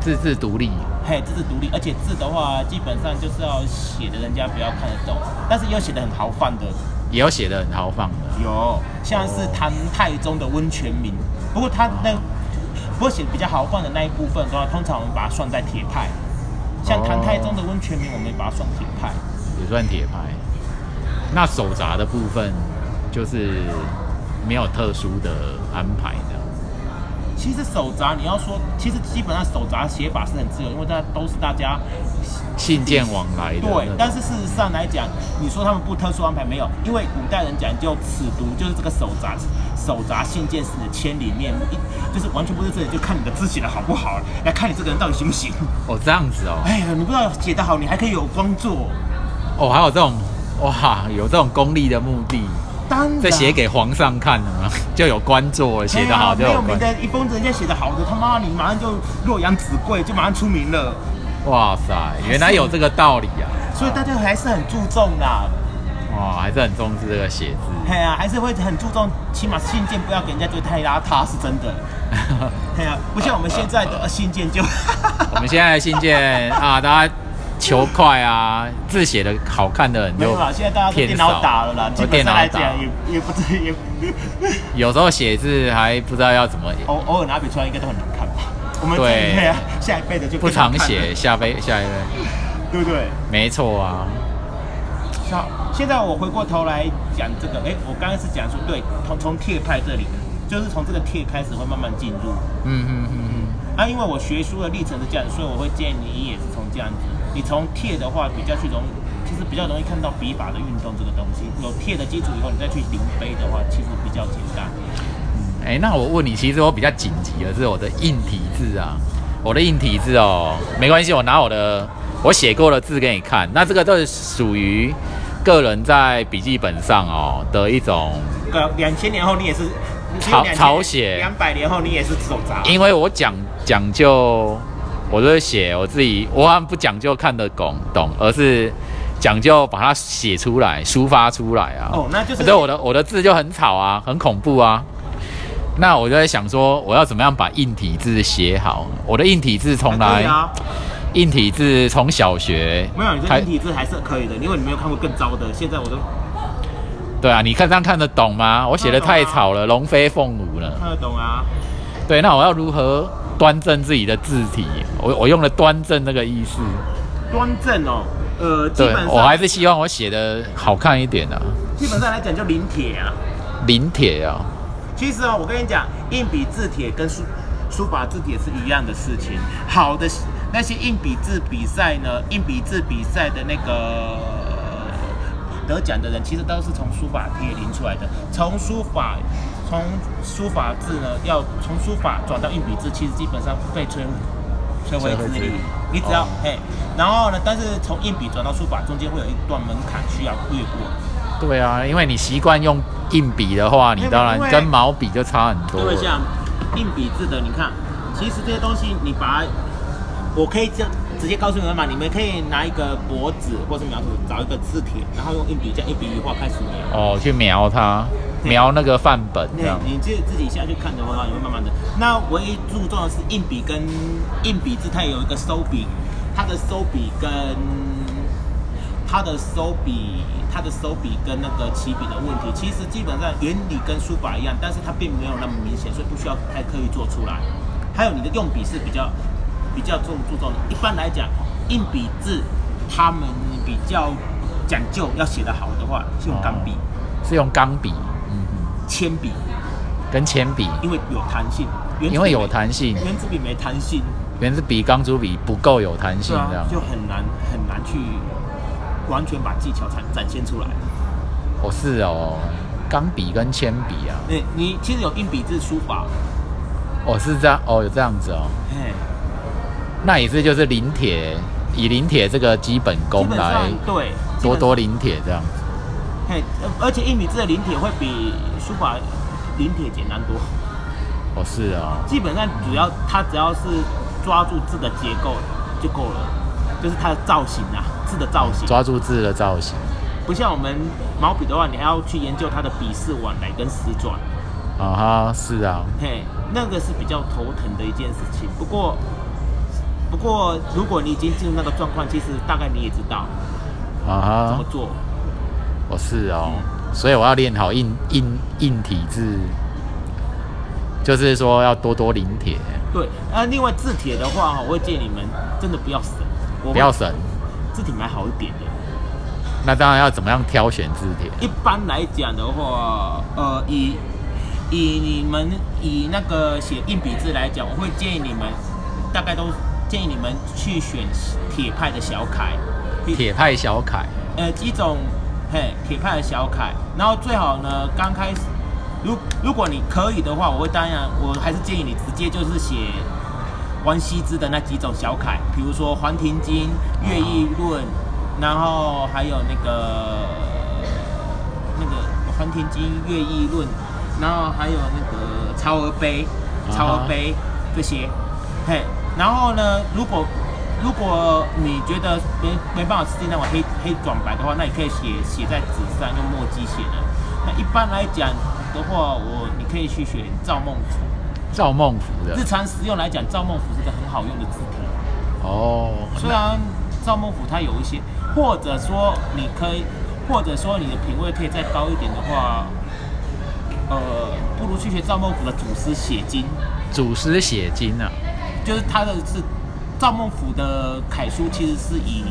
Speaker 1: 字字独立？
Speaker 2: 嘿，字字独立，而且字的话，基本上就是要写的人家比较看得懂，但是又写的很豪放的。
Speaker 1: 也有写的很豪放的。
Speaker 2: 有，像是唐太宗的温泉铭，不过他那不过写得比较豪放的那一部分的话，通常我们把它算在铁派。像唐太宗的温泉铭，我们也把它算铁派。
Speaker 1: 也算铁牌。那手札的部分就是没有特殊的安排的，
Speaker 2: 其实手札你要说，其实基本上手札写法是很自由，因为大家都是大家
Speaker 1: 信件往来的那嗯种。
Speaker 2: 对，但是事实上来讲，你说他们不特殊安排没有，因为古代人讲究尺牍，就是这个手札，手札信件是你的千里面目，一就是完全不是这里，就看你的字写的好不好，来看你这个人到底行不行。
Speaker 1: 哦这样子哦，
Speaker 2: 哎呀，你不知道写得好，你还可以有工作。
Speaker 1: 哦还有这种哇，有这种功利的目的，
Speaker 2: 当然，
Speaker 1: 在写给皇上看的嘛， *laughs* 就有官做了，写得好就
Speaker 2: 对啊没
Speaker 1: 有官
Speaker 2: 有名。的一封人家写的好的，他妈你马上就洛阳纸贵，就马上出名了。
Speaker 1: 哇塞，原来有这个道理啊！
Speaker 2: 所以大家还是很注重啦，
Speaker 1: 哇，还是很重视这个写字。 *laughs*
Speaker 2: 哎呀、还是会很注重，起码信件不要给人家觉得太邋遢，是真的。哎呀、不像我们现在
Speaker 1: 啊
Speaker 2: 的信
Speaker 1: *laughs*
Speaker 2: 件就，
Speaker 1: 我们现在的信件
Speaker 2: *laughs*
Speaker 1: 啊，大家求快啊，字写的好看的人
Speaker 2: 没
Speaker 1: 就
Speaker 2: 有啦，现在大家都
Speaker 1: 偏
Speaker 2: 电脑
Speaker 1: 少
Speaker 2: 打了啦，基
Speaker 1: 哦
Speaker 2: 本
Speaker 1: 电
Speaker 2: 上
Speaker 1: 脑
Speaker 2: 来
Speaker 1: 打
Speaker 2: 讲。也也不至于，也 *laughs*
Speaker 1: 有时候写字还不知道要怎么，
Speaker 2: 偶偶尔拿笔出来应该都很难看吧。我们
Speaker 1: 对
Speaker 2: 这一辈啊，下一辈的就
Speaker 1: 不
Speaker 2: 更难
Speaker 1: 常
Speaker 2: 看了
Speaker 1: 写，下辈下一位，
Speaker 2: 对不对？
Speaker 1: 没错啊，
Speaker 2: 好，现在我回过头来讲这个，哎，我刚刚是讲说，对，从从帖派这里，就是从这个帖开始会慢慢进入。
Speaker 1: 嗯嗯嗯嗯，
Speaker 2: 啊，因为我学书的历程是这样，所以我会建议你也是从这样子。你从帖的话，比较去容，其实比较容易看到笔法的运动这个东西。有帖的基础以后，你再去临碑的话，其实比较简单。
Speaker 1: 哎、那我问你，其实我比较紧急的是我的硬体字啊，我的硬体字哦，没关系，我拿我的我写过的字给你看，那这个都是属于个人在笔记本上哦的一种，
Speaker 2: 个呃两千年后你也是
Speaker 1: 朝朝鲜
Speaker 2: 两百年后你也是手札。
Speaker 1: 因为我讲讲究，我就是写我自己，我好像不讲究看得懂懂，而是讲究把它写出来，抒发出来啊。
Speaker 2: 哦，那就是
Speaker 1: 对，我的我的字就很吵啊，很恐怖啊。那我就在想说，我要怎么样把硬体字写好？我的硬体字从
Speaker 2: 还可
Speaker 1: 来，
Speaker 2: 以啊，
Speaker 1: 硬体字从小学
Speaker 2: 没有你这
Speaker 1: 开
Speaker 2: 硬体字还是可以的，因为你没有看过更糟的。现在我都
Speaker 1: 对啊，你看这样看得懂吗？我写的
Speaker 2: 看
Speaker 1: 太
Speaker 2: 得懂啊
Speaker 1: 吵了，龙飞凤舞了。
Speaker 2: 看得懂啊。
Speaker 1: 对，那我要如何端正自己的字体？我我用了“端正”这个意思。
Speaker 2: 端正哦，呃，基
Speaker 1: 对
Speaker 2: 本，上
Speaker 1: 我还是希望我写的好看一点啊，
Speaker 2: 基本上来讲就临帖啊。
Speaker 1: 临帖啊。
Speaker 2: 啊其实哦，我跟你讲，硬笔字帖跟书书法字体也是一样的事情。好的那些硬笔字比赛呢，硬笔字比赛的那个得奖的人，其实都是从书法列印出来的，从书法。从书法字呢，要从书法转到硬笔字，其实基本上被摧摧毁之力。你只要、
Speaker 1: 哦
Speaker 2: 嘿，然后呢，但是从硬笔转到书法中间会有一段门槛需要越过。
Speaker 1: 对啊，因为你习惯用硬笔的话，你当然
Speaker 2: 因为
Speaker 1: 跟毛笔就差很多
Speaker 2: 因为
Speaker 1: 了。
Speaker 2: 像硬笔字的，你看，其实这些东西你把它，我可以这样直接告诉你们嘛，你们可以拿一个脖子或是描图找一个字帖，然后用硬笔这样一笔一画开始描。
Speaker 1: 哦，去瞄它，瞄那个范本这样
Speaker 2: 那。你自己自己下去看的话，你会慢慢的。那唯一注重的是硬笔跟硬笔字，它也有一个收笔，它的收笔跟它的收笔，它的收笔跟那个起笔的问题，其实基本上原理跟书法一样，但是它并没有那么明显，所以不需要太刻意做出来。还有你的用笔是比较比较重注重的，一般来讲，硬笔字他们比较讲究，要写得好的话是用钢笔、
Speaker 1: 是用钢笔，嗯嗯，
Speaker 2: 铅笔。
Speaker 1: 跟铅笔，
Speaker 2: 因为有弹性，原子笔
Speaker 1: 因为有
Speaker 2: 没
Speaker 1: 弹性
Speaker 2: 原子笔没弹性，
Speaker 1: 原子笔、钢珠笔不够有弹性
Speaker 2: 对啊
Speaker 1: 这样，。
Speaker 2: 就很难很难去完全把技巧展展现出来。
Speaker 1: 哦，是哦，钢笔跟铅笔啊，
Speaker 2: 你哎你其实有硬笔字书法，
Speaker 1: 哦是这样，哦有这样子哦，
Speaker 2: 嘿，
Speaker 1: 那也是就是临帖，以临帖这个基本
Speaker 2: 基
Speaker 1: 功
Speaker 2: 本
Speaker 1: 来
Speaker 2: 上对，基
Speaker 1: 多
Speaker 2: 本
Speaker 1: 多临帖这样子。
Speaker 2: 嘿，而而且硬笔字的临帖会比书法临帖简单多。
Speaker 1: 哦是哦，
Speaker 2: 基本上主要它只要是抓住字的结构就够了，就是它的造型啊，字的造型。
Speaker 1: 抓住字的造型
Speaker 2: 不像我们毛笔的话，你还要去研究它的笔势往来跟实转。
Speaker 1: 啊哈，是啊，
Speaker 2: 嘿，那个是比较头疼的一件事情。不过，不过如果你已经进入那个状况，其实大概你也知道
Speaker 1: 啊
Speaker 2: 怎
Speaker 1: 哈，
Speaker 2: 么做。
Speaker 1: 哦是哦，所以我要练好硬硬硬体字，就是说要多多临帖，
Speaker 2: 对，那、另外字帖的话，我会建议你们真的不要省，我会
Speaker 1: 不要省。
Speaker 2: 字帖买好一点的。
Speaker 1: 那当然要怎么样挑选字帖？
Speaker 2: 一般来讲的话，呃，以以你们以那个写硬笔字来讲，我会建议你们大概都建议你们去选铁派的小楷，比
Speaker 1: 铁派小楷，
Speaker 2: 呃几种嘿铁派的小楷，然后最好呢刚开始，如如果你可以的话，我会当然我还是建议你直接就是写王羲之的那几种小楷，比如说《黄庭经》《乐毅论》，然后还有那个那个《黄庭经》《乐毅论》，然后还有那个《曹娥碑》
Speaker 1: 啊
Speaker 2: 《
Speaker 1: 哈
Speaker 2: 曹娥碑》这些，嘿，然后呢，如果如果你觉得没没办法适应那种黑黑转白的话，那你可以写写在纸上，用墨迹写的。那一般来讲的话，我你可以去选赵孟頫。
Speaker 1: 赵孟頫的
Speaker 2: 日常实用来讲，赵孟頫是个很好用的字体。
Speaker 1: 哦，
Speaker 2: 虽然赵孟頫它有一些，或者说你可以，或者说你的品味可以再高一点的话，呃，不如去学赵孟頫的祖师写经，
Speaker 1: 祖师写经啊，
Speaker 2: 就是他的是赵孟頫的楷书，其实是以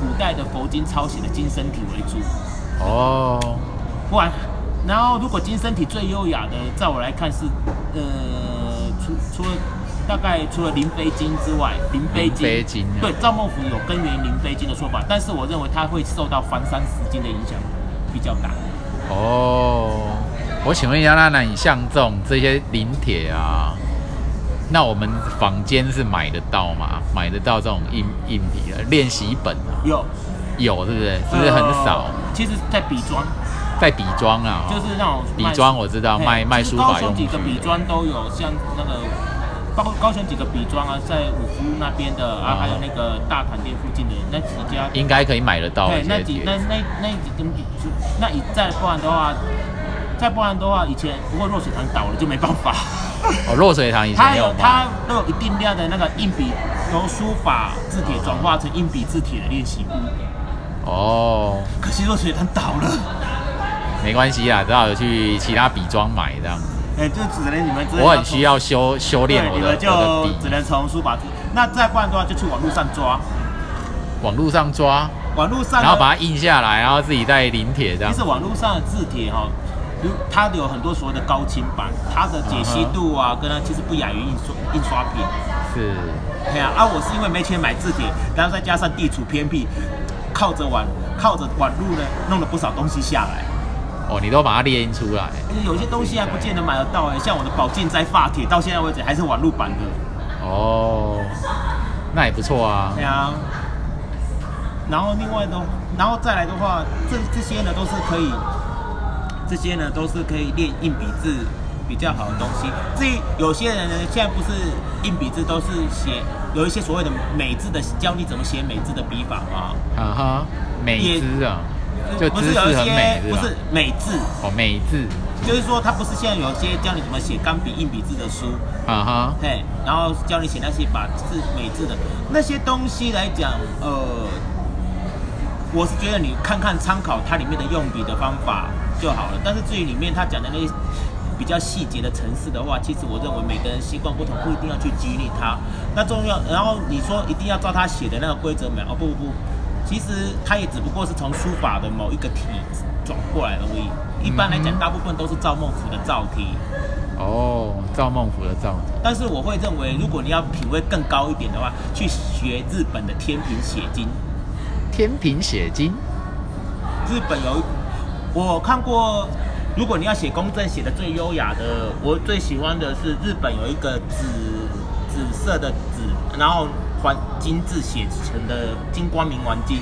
Speaker 2: 古代的佛经抄写的金身体为主。
Speaker 1: 哦，
Speaker 2: 不然，然后如果金身体最优雅的，在我来看是，呃，除除了大概除了林飞经之外，林飞经，
Speaker 1: 林飞经啊
Speaker 2: 对赵孟頫有根源林飞经的说法，但是我认为他会受到房山十经的影响比较大。
Speaker 1: 哦，我请问一下，那那你像这种这些临帖啊，那我们坊间是买得到吗？买得到这种硬硬笔的练习本啊？
Speaker 2: 有，
Speaker 1: 有是不是？是不是很少？
Speaker 2: 呃其实，在笔庄
Speaker 1: 在笔庄啊，哦
Speaker 2: 就是那种
Speaker 1: 笔
Speaker 2: 卖
Speaker 1: 庄我知道
Speaker 2: 嘿
Speaker 1: 卖卖
Speaker 2: 其
Speaker 1: 书
Speaker 2: 实
Speaker 1: 法
Speaker 2: 高雄
Speaker 1: 用
Speaker 2: 几个
Speaker 1: 具
Speaker 2: 笔
Speaker 1: 的
Speaker 2: 庄都有，像那个。包括高雄几个笔庄啊，在五福路那边的啊，还有那个大潭店附近的那几家
Speaker 1: 应该可以买得到
Speaker 2: 对
Speaker 1: 一，
Speaker 2: 那
Speaker 1: 些
Speaker 2: 几
Speaker 1: 帖
Speaker 2: 那那那几根笔，那一再不然的话，再不然的话，以前不过落水堂倒了就没办法。
Speaker 1: 哦，落水堂以
Speaker 2: 它
Speaker 1: 前
Speaker 2: 有
Speaker 1: 吗？
Speaker 2: 它都有一定量的那个硬笔，由书法字帖转化成硬笔字帖的练习簿。
Speaker 1: 哦，
Speaker 2: 可惜落水堂倒了，
Speaker 1: 没关系啦，只好有去其他笔庄买这样子。
Speaker 2: 哎、就只能你们真的
Speaker 1: 我很需要修修炼
Speaker 2: 对，
Speaker 1: 我
Speaker 2: 你
Speaker 1: 的
Speaker 2: 们
Speaker 1: 我
Speaker 2: 就只
Speaker 1: 的笔，
Speaker 2: 能从书法字。那再不然的话，就去网络上抓，
Speaker 1: 网络上抓，
Speaker 2: 网络上呢
Speaker 1: 然后把它印下来，然后自己再临帖这样
Speaker 2: 其。实网络上的字帖哈、如它有很多所谓的高清版，它的解
Speaker 1: 嗯
Speaker 2: 析度啊，跟它其实不亚于印刷印刷品。
Speaker 1: 是，
Speaker 2: 哎呀，啊，我是因为没钱买字典，然后再加上地处偏僻，靠着网靠着网路呢，弄了不少东西下来。
Speaker 1: 哦，你都把它列印出来，
Speaker 2: 而且有些东西还啊不见得买得到哎、像我的保健斋发帖到现在为止还是网路版的。
Speaker 1: 哦，那也不错啊
Speaker 2: 对。啊。然后另外的，然后再来的话，这这些呢都是可以，这些呢都是可以练硬笔字比较好的东西。至于有些人呢，现在不是硬笔字都是写有一些所谓的美字的，教你怎么写美字的笔法吗？
Speaker 1: 啊哈，美
Speaker 2: 也
Speaker 1: 姿啊，就
Speaker 2: 不
Speaker 1: 姿
Speaker 2: 是
Speaker 1: 势
Speaker 2: 有一
Speaker 1: 很
Speaker 2: 些
Speaker 1: 美，
Speaker 2: 不
Speaker 1: 吧？
Speaker 2: 是美字，
Speaker 1: 哦，美字，
Speaker 2: 就是说它不是现在有些教你怎么写钢笔硬笔字的书，
Speaker 1: 啊哈，
Speaker 2: 嘿，然后教你写那些把字美字的那些东西来讲，呃，我是觉得你看看参考它里面的用笔的方法就好了。但是至于里面他讲的那些比较细节的程式的话，其实我认为每个人习惯不同，不一定要去拘泥它。那重要，然后你说一定要照他写的那个规则买哦，不不不，其实它也只不过是从书法的某一个体转过来而已。一般来
Speaker 1: 嗯
Speaker 2: 讲，
Speaker 1: 哼
Speaker 2: 大部分都是赵孟頫的赵体。
Speaker 1: 哦，赵孟頫的赵，
Speaker 2: 但是我会认为，如果你要品味更高一点的话，去学日本的天平写经。
Speaker 1: 天平写经，
Speaker 2: 日本有，我看过，如果你要写公正写的最优雅的，我最喜欢的是日本有一个紫紫色的紫，然后环金字写成的金光明丸经，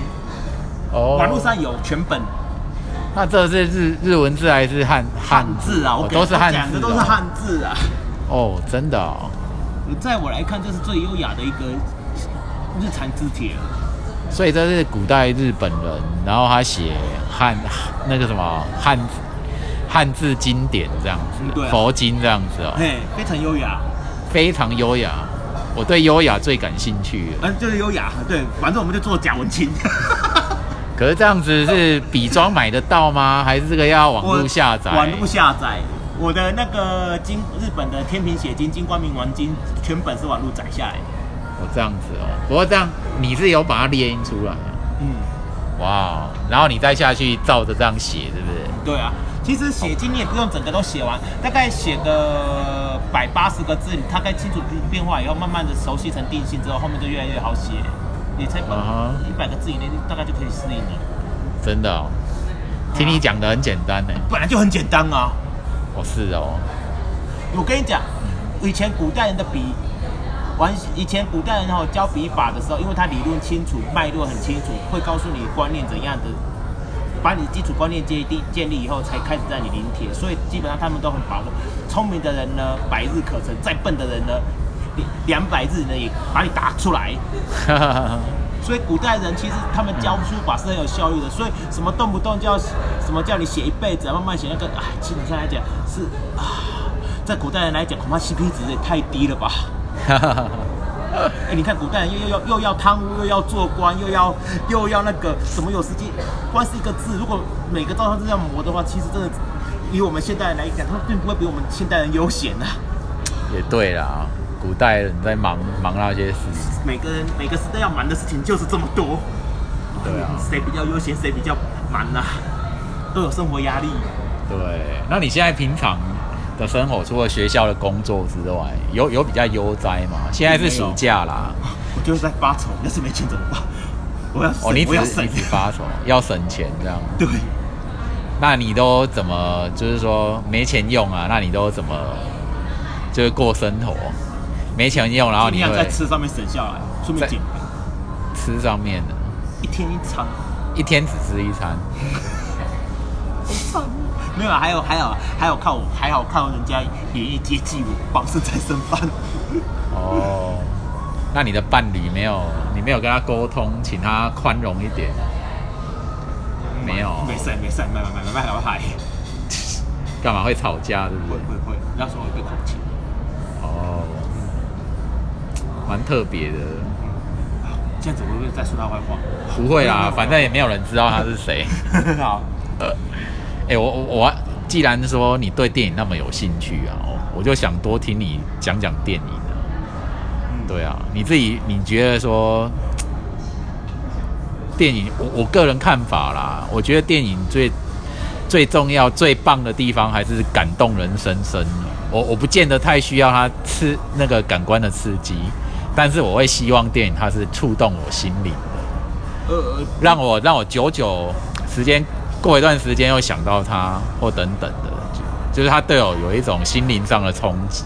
Speaker 1: 哦，
Speaker 2: 网络上有全本
Speaker 1: 那这是日日文字还是汉
Speaker 2: 汉字啊，我
Speaker 1: 哦
Speaker 2: 给
Speaker 1: 都是汉
Speaker 2: 讲
Speaker 1: 字
Speaker 2: 的
Speaker 1: 哦，
Speaker 2: 都是汉字啊。
Speaker 1: 哦，真的哦，
Speaker 2: 在我来看，这是最优雅的一个日常之帖了。
Speaker 1: 所以这是古代日本人，然后他写汉那个什么汉字汉字经典这样
Speaker 2: 嗯
Speaker 1: 子，
Speaker 2: 对啊
Speaker 1: 佛经这样子哦，
Speaker 2: 嘿，非常优雅。
Speaker 1: 非常优雅。我对优雅最感兴趣了，
Speaker 2: 嗯，就是优雅，对，反正我们就做假文青。
Speaker 1: 可是这样子是笔装买得到吗？还是这个要网络下载？
Speaker 2: 我网络下载。我的那个金日本的天平写经金光明王经全本是网络载下来的。
Speaker 1: 哦，这样子哦。不过这样你是有把它列印出来啊，
Speaker 2: 嗯，
Speaker 1: 哇、哦，然后你再下去照着这样写，是不是？
Speaker 2: 对啊，其实写经你也不用整个都写完，大概写个百八十个字，你大概清楚变化以后，慢慢的熟悉成定性之后，后面就越来越好写。你才本
Speaker 1: 啊哈
Speaker 2: 一百个字以内，大概就可以适应了。
Speaker 1: 真的哦，听你讲的很简单呢。
Speaker 2: 本来就很简单啊。
Speaker 1: 哦，是哦， *laughs*
Speaker 2: 我跟你讲，以前古代人的笔玩，以前古代人哦教笔法的时候，因为他理论清楚，脉络很清楚，会告诉你观念怎样的，把你基础观念建立建立以后，才开始让你临帖。所以基本上他们都很把握。聪明的人呢，百日可成；再笨的人呢，两百日呢也把你打出来。所以古代人其实他们教书法是很有效率的，所以什么动不动就要什么叫你写一辈子，慢慢写那个，哎，基本上来讲是啊，在古代人来讲，恐怕 CP 值也太低了吧。哎、你看古代人又又又又要贪污，又要做官，又要又要那个什么有时间，光是一个字，如果每个照他这样磨的话，其实真的以我们现代人来讲，他并不会比我们现代人悠闲啊。
Speaker 1: 也对啦，古代人在忙忙那些事，
Speaker 2: 每个人每个时代要忙的事情就是这么多。
Speaker 1: 对啊
Speaker 2: 谁比较悠闲，谁比较忙啊，都有生活压力。
Speaker 1: 对。那你现在平常的生活，除了学校的工作之外，有有比较悠哉吗？现在是暑假啦，
Speaker 2: 我就是在发愁，要是没钱怎么办？我要省，
Speaker 1: 哦，你只
Speaker 2: 我要
Speaker 1: 是
Speaker 2: 省
Speaker 1: 你。只发愁，要省钱这样。
Speaker 2: 对，
Speaker 1: 那你都怎么就是说没钱用啊？那你都怎么就是过生活？没钱用，然后
Speaker 2: 尽
Speaker 1: 你
Speaker 2: 量在
Speaker 1: 会
Speaker 2: 吃上面省下来，顺便
Speaker 1: 在
Speaker 2: 减肥。
Speaker 1: 吃上面的，
Speaker 2: 一天一餐，
Speaker 1: 一天只吃一餐。
Speaker 2: 没有啊，还有还有还有靠我，还好靠人家爷爷接济我，保持再生饭。 *laughs*
Speaker 1: 哦，那你的伴侣没有，你没有跟他沟通，请他宽容一点。没有
Speaker 2: 没事没事，买买买买买买买，
Speaker 1: 干嘛会吵架，对不
Speaker 2: 会
Speaker 1: 对？
Speaker 2: 会会，那时候我被口气。
Speaker 1: 哦，蛮特别的。
Speaker 2: 这样子我会不会再说他坏话？
Speaker 1: 不会啦，反正也没有人知道他是谁。
Speaker 2: 好，
Speaker 1: 哎、我我我，既然说你对电影那么有兴趣啊，哦我就想多听你讲讲电影啊。
Speaker 2: 嗯，
Speaker 1: 对啊，你自己你觉得说电影，我我个人看法啦，我觉得电影最最重要、最棒的地方还是感动人深深。啊我我不见得太需要它刺那个感官的刺激，但是我会希望电影它是触动我心灵，
Speaker 2: 呃呃，
Speaker 1: 让我让我久久时间过一段时间又想到它或等等的，就就是它对我有一种心灵上的冲击。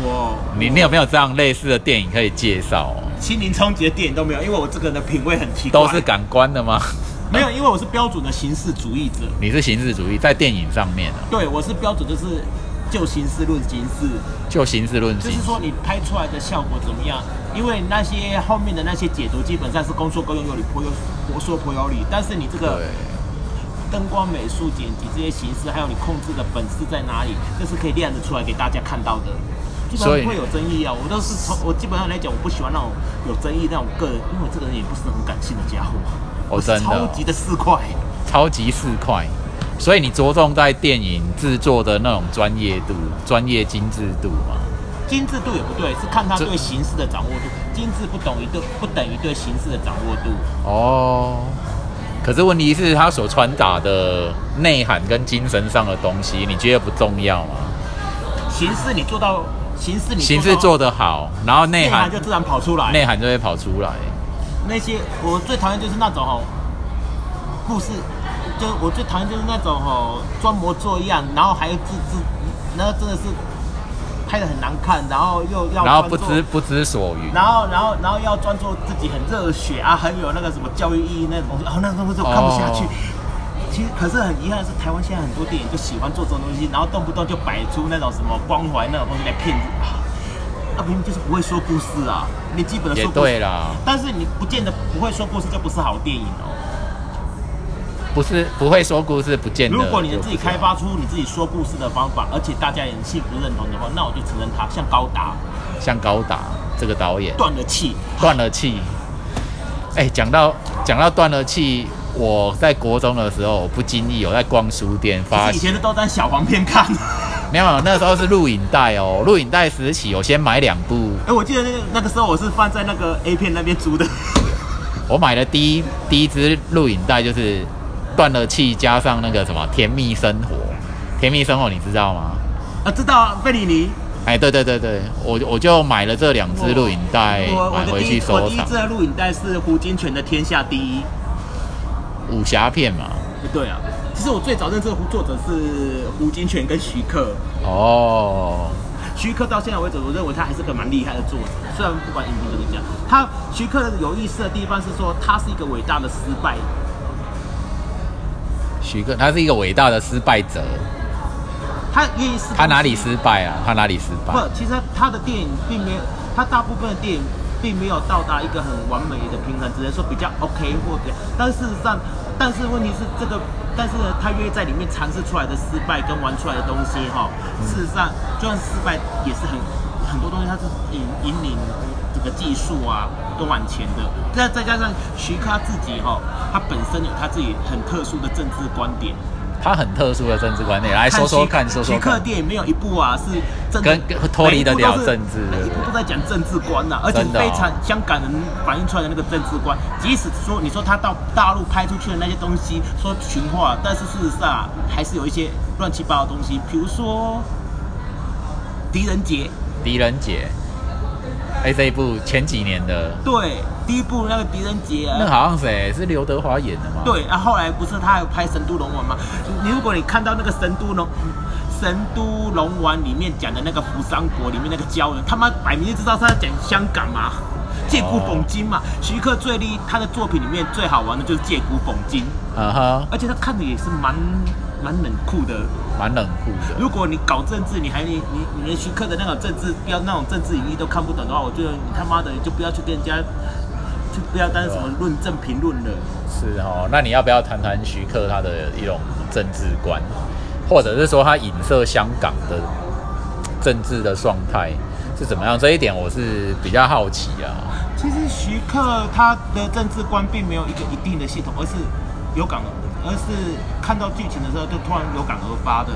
Speaker 2: 我
Speaker 1: 你你有没有这样类似的电影可以介绍、哦？
Speaker 2: 心灵冲击的电影都没有，因为我这个人的品味很奇怪，
Speaker 1: 都是感官的吗？ *laughs*
Speaker 2: 没有，因为我是标准的形式主义者，
Speaker 1: 你是形式主义，在电影上面哦，
Speaker 2: 对我是标准就是就形式论形式，
Speaker 1: 就形式论
Speaker 2: 就
Speaker 1: 形
Speaker 2: 是
Speaker 1: 式。
Speaker 2: 说你拍出来的效果怎么样？因为那些后面的那些解读基本上是公说公有理，婆有婆说婆有理，但是你这个
Speaker 1: 对，
Speaker 2: 灯光美术、剪辑这些形式，还有你控制的本事在哪里，这是可以亮得出来给大家看到的。基本
Speaker 1: 所以
Speaker 2: 上不会有争议啊，我都是从我基本上来讲，我不喜欢那种有争议那种个人，因为我这个人也不是很感性的家伙，啊
Speaker 1: 哦
Speaker 2: 我是
Speaker 1: 真的
Speaker 2: 超
Speaker 1: 哦
Speaker 2: 级的四块。
Speaker 1: 超级四块，所以你着重在电影制作的那种专业度、专业精致度嘛。
Speaker 2: 精致度也不对，是看他
Speaker 1: 这
Speaker 2: 对形式的掌握度。精致不等于对不等于对形式的掌握度。
Speaker 1: 哦，可是问题是，它所传达的内涵跟精神上的东西，你觉得不重要吗？
Speaker 2: 形式你做到，形式你
Speaker 1: 形
Speaker 2: 到
Speaker 1: 式做得好，然后内
Speaker 2: 内
Speaker 1: 涵
Speaker 2: 涵就自然跑出来。
Speaker 1: 内涵就会跑出来。
Speaker 2: 那些我最讨厌就是那种吼故事，就我最讨厌就是那种吼装模作样，然后还自自，然后真的是拍的很难看，然后又要
Speaker 1: 然后
Speaker 2: 装
Speaker 1: 不
Speaker 2: 作
Speaker 1: 知不知所云。
Speaker 2: 然后，然后，然后要装作自己很热血啊，很有那个什么教育意义那种东西，哦，那种东西我看不下去。
Speaker 1: 哦
Speaker 2: 其实，可是很遗憾的是，台湾现在很多电影就喜欢做这种东西，然后动不动就摆出那种什么关怀那种东西来骗你啊，那明明就是不会说故事啊，你基本的
Speaker 1: 也
Speaker 2: 说故事
Speaker 1: 对，啦，
Speaker 2: 但是你不见得不会说故事就不是好电影哦。
Speaker 1: 不是不会说故事，不见得。
Speaker 2: 如果你自己开发出你自己说故事的方法，而且大家也幸福认同的话，那我就承认他像高达
Speaker 1: 像高达这个导演，
Speaker 2: 断了气，
Speaker 1: 断了气。哎、讲到讲到断了气，我在国中的时候，我不经意我在逛书店
Speaker 2: 可
Speaker 1: 发
Speaker 2: 是以
Speaker 1: 现，
Speaker 2: 前的都当小黄片看。
Speaker 1: 没有，那时候是录影带哦，录影带时期，我先买两部，
Speaker 2: 哎、我记得那个那个时候我是放在那个 A 片那边租的， *laughs*
Speaker 1: 我买的第一第一支录影带就是断了气，加上那个什么甜蜜生活，甜蜜生活你知道吗？
Speaker 2: 啊，知道啊，贝里尼。
Speaker 1: 哎、对对对对，我我就买了这两支录影带，
Speaker 2: 我我
Speaker 1: 哎买
Speaker 2: 的
Speaker 1: 回
Speaker 2: 第
Speaker 1: 去
Speaker 2: 一我
Speaker 1: 收
Speaker 2: 第一
Speaker 1: 藏
Speaker 2: 支，的录影带是胡金铨的《天下第一》。
Speaker 1: 武侠片嘛。
Speaker 2: 对啊，其实我最早认识的胡作者是胡金铨跟徐克，
Speaker 1: 哦，
Speaker 2: 徐克到现在为止，我认为他还是个蛮厉害的作者，虽然不管影评怎么讲，他徐克有意思的地方是说他是一个伟大的失败
Speaker 1: 徐克他是一个伟大的失败者，
Speaker 2: 他愿意是
Speaker 1: 他哪里失败啊？他哪里失败
Speaker 2: 不？，其实他的电影并没有，他大部分的电影并没有到达一个很完美的平衡，只能说比较 OK 或者，但事实上，但是问题是这个，但是呢，他愿意在里面尝试出来的失败跟玩出来的东西哈，事实上就算失败也是很很多东西，它是引引领这个技术啊都往前的，那再加上徐克他自己哈，他本身有他自己很特殊的政治观点。
Speaker 1: 他很特殊的政治观点，来哎说说看，
Speaker 2: 徐
Speaker 1: 说说
Speaker 2: 徐克
Speaker 1: 看。
Speaker 2: 电影没有一部啊是政治
Speaker 1: 跟跟脱离得了政治
Speaker 2: 每一部都是每一部都在讲政治观呐、而且
Speaker 1: 真的哦
Speaker 2: 非常香港人反映出来的那个政治观。即使说你说他到大陆拍出去的那些东西说群化，但是事实上、啊、还是有一些乱七八糟的东西，比如说狄仁杰，
Speaker 1: 狄仁杰，哎，这一部前几年的，
Speaker 2: 对，第一部那个狄仁杰啊
Speaker 1: 那好像谁是刘德华演的吗？，
Speaker 2: 对，然、啊后后来不是他还有拍《神都龙王》吗？你如果你看到那个《神都龙》《神都龙王》里面讲的那个扶桑国里面那个鲛人，他妈摆明就知道是在讲香港嘛，借古讽今嘛。徐克最厉他的作品里面最好玩的就是借古讽今，
Speaker 1: 嗯哼，
Speaker 2: 而且他看的也是蛮蛮冷酷的。
Speaker 1: 蛮冷酷的。
Speaker 2: 如果你搞政治，你还你你你连徐克的那种政治标那种政治隐喻都看不懂的话，我觉得你他妈的你就不要去跟人家，就不要当什么论证评论了。
Speaker 1: 是哦，那你要不要谈谈徐克他的一种政治观，或者是说他影射香港的政治的状态是怎么样？这一点我是比较好奇啊。
Speaker 2: 其实徐克他的政治观并没有一个一定的系统，而是有感，而是看到剧情的时候就突然有感而发的。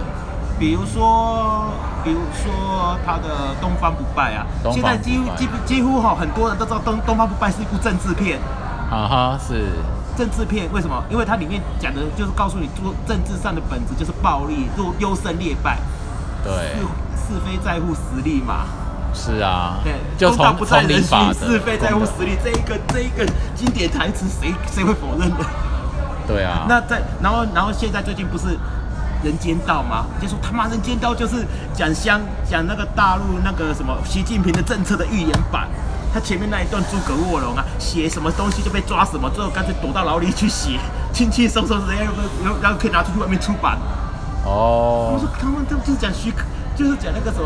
Speaker 2: 比如说，比如说他的《东方不败》啊，
Speaker 1: 东方不败
Speaker 2: 现在几乎几乎几乎哈，很多人都知道东《东方不败》是一部政治片，
Speaker 1: 啊哈，是
Speaker 2: 政治片为什么？因为它里面讲的就是告诉你，做政治上的本质就是暴力，做优胜劣败，
Speaker 1: 对，
Speaker 2: 是是非在乎实力嘛。
Speaker 1: 是啊，
Speaker 2: 对，
Speaker 1: 就
Speaker 2: 公道
Speaker 1: 从
Speaker 2: 不在
Speaker 1: 从
Speaker 2: 人
Speaker 1: 民法
Speaker 2: 心，
Speaker 1: 则
Speaker 2: 是非在乎
Speaker 1: 公
Speaker 2: 实力。这一个这一个经典台词，谁谁会否认的？
Speaker 1: 道对啊，
Speaker 2: 那在然后然后现在最近不是人间道吗？就说他妈人间道就是讲香讲那个大陆那个什么习近平的政策的预言版。他前面那一段诸葛卧龙啊，写什么东西就被抓什么，最后干脆躲到牢里去写，轻轻松松，人家又又然后可以拿出去外面出版。我
Speaker 1: 哦
Speaker 2: 说，他们这就是讲虚，就是讲那个什么。